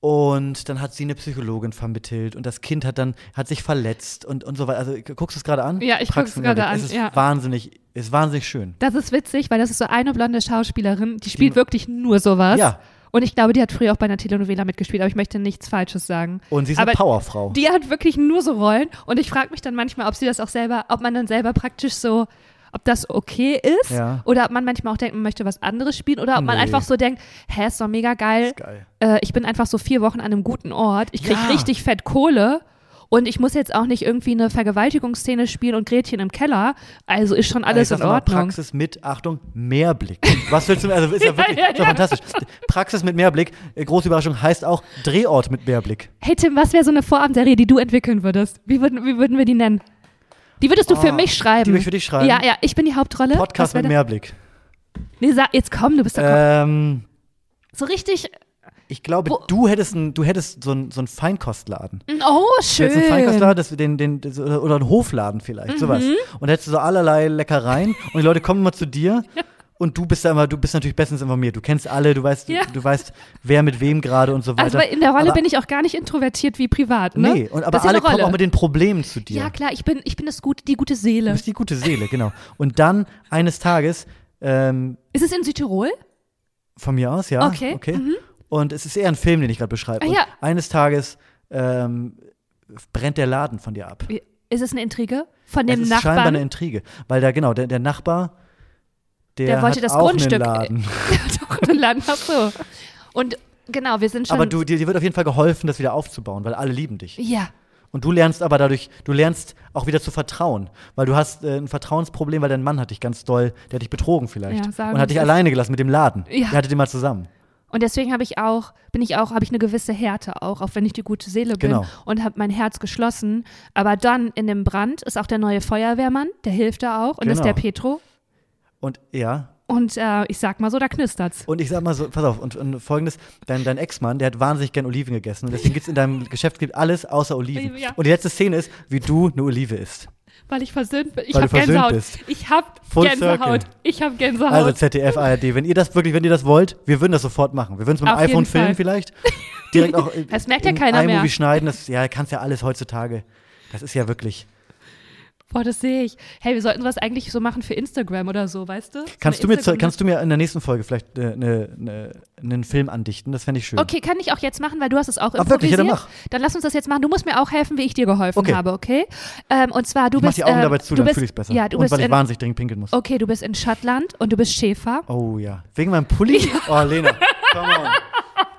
A: Und dann hat sie eine Psychologin vermittelt und das Kind hat dann hat sich verletzt und und so weiter. Also guckst du es gerade an?
B: Ja, ich guck's
A: Praxen-
B: gerade an,
A: Es ist
B: ja.
A: wahnsinnig, ist wahnsinnig schön.
B: Das ist witzig, weil das ist so eine blonde Schauspielerin, die spielt wirklich nur sowas.
A: Hm. Ja.
B: Und ich glaube, die hat früher auch bei einer Telenovela mitgespielt, aber ich möchte nichts Falsches sagen.
A: Und sie ist
B: aber
A: eine Powerfrau.
B: Die hat wirklich nur so Rollen und ich frage mich dann manchmal, ob sie das auch selber, ob man dann selber praktisch so, ob das okay ist
A: Ja.
B: oder ob man manchmal auch denkt, man möchte was anderes spielen oder ob man
A: Nee.
B: einfach so denkt, hä, ist doch mega geil.
A: Ist geil.
B: Äh, ich bin einfach so vier Wochen an einem guten Ort, ich krieg
A: Ja.
B: richtig fett Kohle. Und ich muss jetzt auch nicht irgendwie eine Vergewaltigungsszene spielen und Gretchen im Keller. Also ist schon alles
A: Ich sag
B: in
A: nochmal,
B: Ordnung.
A: Praxis mit, Achtung, Mehrblick. Was willst du, also ist ja wirklich
B: ja,
A: ist ja
B: ja.
A: fantastisch. Praxis mit Mehrblick, äh, große Überraschung, heißt auch Drehort mit Mehrblick.
B: Hey Tim, was wäre so eine Vorabendserie, die du entwickeln würdest? Wie würden, wie würden wir die nennen? Die würdest du für
A: Oh,
B: mich schreiben.
A: die würd ich für dich schreiben?
B: Ja, ja, ich bin die Hauptrolle.
A: Podcast
B: Was wär
A: mit
B: da-
A: Mehrblick.
B: Nee, sag, jetzt komm, du bist doch
A: Ähm,
B: so richtig.
A: ich glaube,
B: Wo-
A: du hättest, ein, du hättest so einen so einen Feinkostladen.
B: Oh,
A: Du
B: schön. Mhm.
A: hättest einen Feinkostladen das, den, den, das, oder oder einen Hofladen vielleicht, sowas. Und da hättest du so allerlei Leckereien und die Leute kommen immer zu dir. Und du bist da immer, du bist natürlich bestens informiert. Du kennst alle, du weißt,
B: Ja.
A: du, du weißt, wer mit wem gerade und so weiter.
B: also bei- in der Rolle
A: aber,
B: bin ich auch gar nicht introvertiert wie privat, ne?
A: Nee, und aber
B: das ist ja
A: alle
B: eine Rolle.
A: kommen auch mit den Problemen zu dir.
B: Ja, klar, ich bin, ich bin das gut, die gute
A: Du
B: Seele.
A: bist die gute Seele, genau. Und dann eines Tages, ähm,
B: Ist es in Südtirol?
A: von mir aus, ja.
B: Okay, mhm.
A: Und es ist eher ein Film, den ich gerade beschreibe.
B: Ah,
A: Und
B: ja.
A: Eines Tages ähm, brennt der Laden von dir ab.
B: Ist es eine Intrige? Von
A: Es
B: dem
A: ist scheinbar
B: Nachbarn?
A: eine Intrige. Weil da, genau, der, der Nachbar, der,
B: Der wollte
A: hat
B: das
A: auch
B: Grundstück, äh,
A: Einen Laden.
B: Doch, eine Land, ach so. Und genau, wir sind schon.
A: Aber du, dir, dir wird auf jeden Fall geholfen, das wieder aufzubauen, weil alle lieben dich.
B: Ja.
A: Und du lernst aber dadurch, du lernst auch wieder zu vertrauen, weil du hast äh, ein Vertrauensproblem, weil dein Mann hat dich ganz doll, der hat dich betrogen vielleicht
B: Ja, sagen
A: und hat dich
B: wir's.
A: alleine gelassen mit dem Laden.
B: Ja.
A: Ihr hattet immer zusammen.
B: Und deswegen habe ich auch, bin ich auch, habe ich eine gewisse Härte auch, auch wenn ich die gute Seele bin
A: Genau.
B: und habe mein Herz geschlossen. Aber dann in dem Brand ist auch der neue Feuerwehrmann, der hilft da auch und das ist
A: Genau.
B: der Petro.
A: Und ja,
B: Und äh, ich sag mal so, da knistert's.
A: Und ich sag mal so, pass auf, und, und folgendes, dein, dein Ex-Mann, der hat wahnsinnig gern Oliven gegessen. Und deswegen gibt's in deinem Geschäft gibt alles außer Oliven.
B: Ja.
A: Und die letzte Szene ist, wie du eine Olive isst.
B: Weil ich versöhnt bin. Ich
A: Weil
B: hab
A: du versöhnt
B: Gänsehaut.
A: bist.
B: Ich hab
A: Full
B: Gänsehaut.
A: circle.
B: Ich hab Gänsehaut.
A: Also ZDF, ARD, wenn ihr das wirklich, wenn ihr das wollt, wir würden das sofort machen. Wir würden es mit dem
B: Auf jeden
A: iPhone filmen
B: Fall.
A: vielleicht. Direkt auch äh,
B: Das merkt ja
A: in
B: keiner mehr.
A: iMovie schneiden, das ja, kannst ja alles heutzutage. Das ist ja wirklich.
B: Boah, das sehe ich. Hey, wir sollten sowas eigentlich so machen für Instagram oder so, weißt du? So
A: Kannst du,
B: eine
A: mir, zu-
B: Instagram-
A: kannst du mir in der nächsten Folge vielleicht äh, ne, ne, einen Film andichten? Das fände ich schön.
B: Okay, kann ich auch jetzt machen, weil du hast es auch
A: Ah, Hm. wirklich? Ja, dann
B: improvisiert. dann lass uns das jetzt machen. Du musst mir auch helfen, wie ich dir geholfen
A: Okay.
B: habe, okay? Ähm, und zwar, du
A: Ich mach
B: bist.
A: die Augen
B: ähm,
A: dabei zu,
B: du
A: dann
B: bist,
A: fühle ich es besser.
B: Ja, du
A: und
B: bist äh,
A: weil ich
B: in,
A: wahnsinnig dringend pinkeln muss.
B: Okay, du bist in Schottland und du bist Schäfer.
A: Oh ja. Wegen meinem Pulli? Oh, Lena, come on.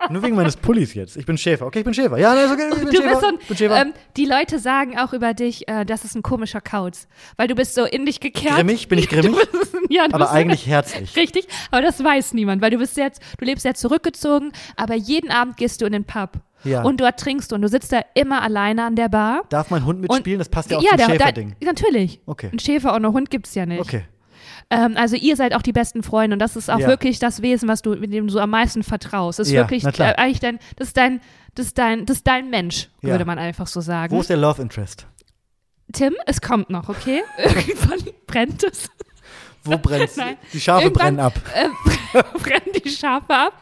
A: Nur wegen meines Pullis jetzt. Ich bin Schäfer. Okay, ich bin Schäfer. Ja, nein, ist okay. Ich bin
B: Du
A: Schäfer.
B: bist so ein,
A: bin Schäfer.
B: ähm, die Leute sagen auch über dich, äh, das ist ein komischer Kauz, weil du bist so in dich gekehrt.
A: Grimmig? Bin ich grimmig?
B: Du bist, ja, du
A: Aber
B: bist,
A: eigentlich herzlich.
B: Richtig, aber das weiß niemand, weil du bist jetzt, du lebst sehr zurückgezogen, aber jeden Abend gehst du in den Pub
A: Ja.
B: und dort trinkst du und du sitzt da immer alleine an der Bar.
A: Darf mein Hund
B: Und-
A: mitspielen? Das passt ja auch zum
B: der-
A: Schäferding.
B: Da, natürlich.
A: Okay.
B: Ein Schäfer und ein Hund gibt's ja nicht.
A: Okay.
B: Ähm, also ihr seid auch die besten Freunde und das ist auch
A: Ja.
B: wirklich das Wesen, was du mit dem du am meisten vertraust. Das ist
A: Ja,
B: wirklich
A: na
B: äh,
A: klar.
B: eigentlich dein, das ist dein, das ist dein, das ist dein Mensch,
A: Ja.
B: würde man einfach so sagen.
A: Wo ist der Love Interest?
B: Tim, es kommt noch, okay? Irgendwann brennt es.
A: Wo brennt
B: Nein.
A: Die Schafe
B: Irgendwann-
A: brennen ab.
B: Äh, brennen die Schafe ab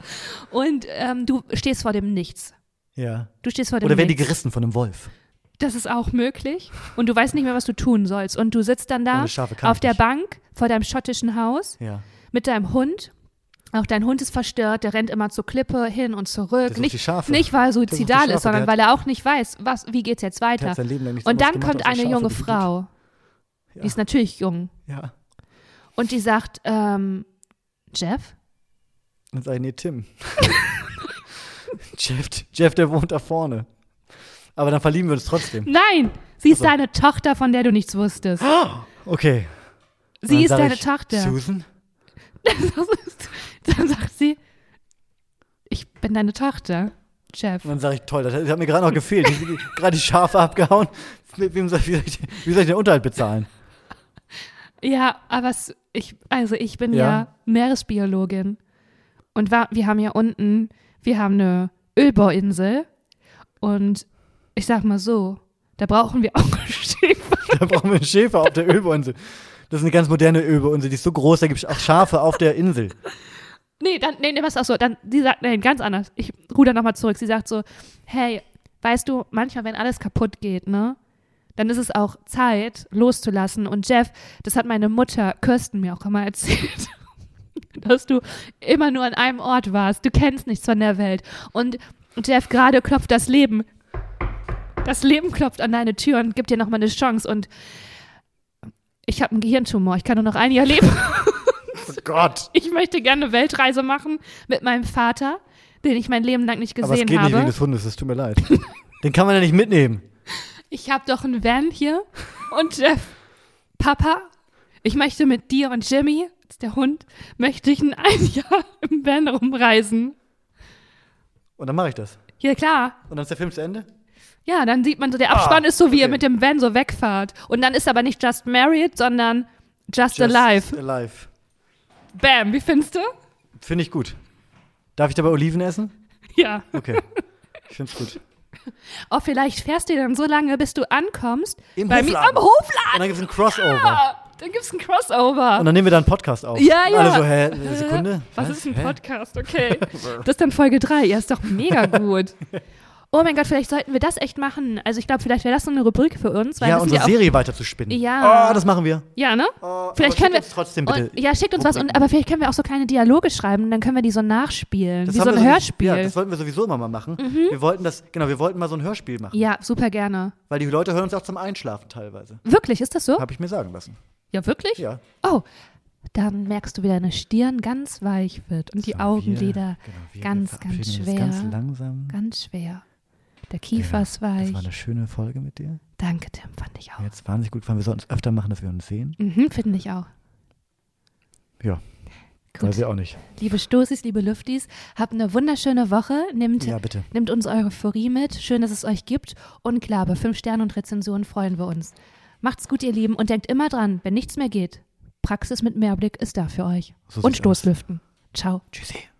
B: und ähm, du stehst vor dem Nichts.
A: Ja.
B: Du stehst vor dem
A: Oder werden die
B: Nichts.
A: gerissen von einem Wolf?
B: Das ist auch möglich. Und du weißt nicht mehr, was du tun sollst. Und du sitzt dann da
A: Ohne Schafe kann
B: auf
A: ich
B: der
A: nicht.
B: Bank vor deinem schottischen Haus
A: Ja.
B: mit deinem Hund. Auch dein Hund ist verstört, der rennt immer zur Klippe hin und zurück.
A: sucht
B: nicht,
A: die Schafe.
B: nicht, weil er
A: sucht die
B: suizidal
A: Schafe,
B: ist, sondern
A: der hat-
B: weil er auch nicht weiß, was, wie geht's jetzt
A: Der
B: weiter.
A: hat sein Leben lang nichts
B: Und
A: anderes
B: dann
A: gemacht,
B: kommt
A: außer
B: eine
A: Schafe
B: junge
A: getötet.
B: Frau,
A: Ja.
B: die ist natürlich jung,
A: Ja.
B: und die sagt, ähm, Jeff?
A: Und sei, nee, Tim. Jeff, Jeff, der wohnt da vorne. Aber dann verlieben wir uns trotzdem.
B: Nein, sie ist
A: Also.
B: deine Tochter, von der du nichts wusstest.
A: Okay. Und
B: Sie
A: dann
B: ist
A: sag
B: deine
A: ich,
B: Tochter.
A: Susan?
B: Das ist- Dann sagt sie, ich bin deine Tochter, Jeff.
A: Und dann sage ich, toll, das hat mir gerade noch gefehlt. Ich bin gerade die Schafe abgehauen. Mit wem soll, wie, soll ich, wie soll ich den Unterhalt bezahlen?
B: Ja, aber es, ich, also ich bin ja,
A: Ja.
B: Meeresbiologin. Und wa- wir haben ja unten, wir haben eine Ölbauinsel. Und ich sag mal so, da brauchen wir auch einen Schäfer.
A: Da brauchen wir einen Schäfer auf der Ölboinsel. Das ist eine ganz moderne Ölboinsel, die ist so groß, da gibt es auch Schafe auf der Insel.
B: Nee, dann, nee, nee, was auch so. Dann, sie sagt, nein, ganz anders. Ich ruder nochmal zurück. Sie sagt so, hey, weißt du, manchmal, wenn alles kaputt geht, ne? Dann ist es auch Zeit, loszulassen. Und Jeff, das hat meine Mutter, Kirsten, mir auch immer erzählt, dass du immer nur an einem Ort warst. Du kennst nichts von der Welt. Und Jeff, gerade klopft das Leben. Das Leben klopft an deine Tür und gibt dir nochmal eine Chance. Und ich habe einen Gehirntumor. Ich kann nur noch ein Jahr leben.
A: Oh Gott.
B: Ich möchte gerne eine Weltreise machen mit meinem Vater, den ich mein Leben lang nicht
A: Aber es
B: gesehen
A: geht nicht wegen
B: habe.
A: des Hundes, es tut mir leid. Den kann man ja nicht mitnehmen.
B: Ich habe doch einen Van hier und Jeff, Papa, ich möchte mit dir und Jimmy, das ist der Hund, möchte ich in ein Jahr im Van rumreisen.
A: Und dann mache ich das.
B: Ja, klar.
A: Und dann ist der Film zu Ende?
B: Ja, dann sieht man so, der Abspann
A: Ah,
B: ist so, wie ihr
A: okay.
B: mit dem Van so wegfahrt. Und dann ist aber nicht just married, sondern just,
A: Just
B: alive.
A: Alive.
B: Bam, wie findest du?
A: Finde ich gut. Darf ich dabei Oliven essen?
B: Ja.
A: Okay. Ich finde es gut.
B: Oh, vielleicht fährst du dann so lange, bis du ankommst.
A: Im
B: bei mir
A: Hofladen.
B: am Hofladen.
A: Und dann gibt es ein Crossover.
B: Ah, dann gibt's ein Crossover.
A: Und dann nehmen wir da einen Podcast auf.
B: Ja,
A: Und
B: ja.
A: Alle so, hä, eine Sekunde?
B: Äh, Was ist ein
A: Hä?
B: Podcast? Okay. Das ist dann Folge 3. Ja, ist doch mega gut. Oh mein Gott, vielleicht sollten wir das echt machen. Also ich glaube, vielleicht wäre das so eine Rubrik für uns. Weil
A: Ja,
B: das sind
A: unsere
B: ja, auch,
A: Serie weiterzuspinnen.
B: Ja.
A: Oh, das machen wir.
B: ja, ne?
A: Oh,
B: Vielleicht
A: aber schickt
B: können wir-
A: uns trotzdem bitte.
B: Und, ja, schickt uns was, und, aber vielleicht können wir auch so kleine Dialoge schreiben, dann können wir die so nachspielen, wie so
A: haben
B: ein
A: wir sowieso-
B: Hörspiel. Mhm.
A: Ja, das wollten wir sowieso immer mal machen. Wir wollten das, genau, wir wollten mal so ein Hörspiel machen.
B: Ja, super gerne.
A: Weil die Leute hören uns auch zum Einschlafen teilweise.
B: Wirklich, ist das so?
A: Habe ich mir sagen lassen.
B: Ja, wirklich?
A: Ja.
B: Oh, dann merkst du, wie deine Stirn ganz weich wird und die Augenlider
A: wir, genau, wir,
B: ganz,
A: wir
B: ganz
A: verabschieden
B: schwer.
A: Uns ganz langsam.
B: ganz schwer. Der Kiefer
A: Das
B: ist weich.
A: war eine schöne Folge mit dir.
B: Danke, Tim, fand ich auch.
A: Mir Jetzt wahnsinnig gut gefallen. Wir sollten es öfter machen, dass wir uns sehen.
B: Mhm, finde ich auch.
A: Ja, Also,
B: Gut.
A: weiß ich auch nicht.
B: Liebe Stoßis, liebe Lüftis, habt eine wunderschöne Woche. Nehmt,
A: Ja, bitte.
B: nehmt uns eure Euphorie mit. Schön, dass es euch gibt. Und klar, bei 5 Sternen und Rezensionen freuen wir uns. Macht's gut, ihr Lieben, und denkt immer dran, wenn nichts mehr geht, Praxis mit Mehrblick ist da für euch.
A: So
B: Und
A: sieht's aus.
B: Stoßlüften. Ciao.
A: Tschüssi.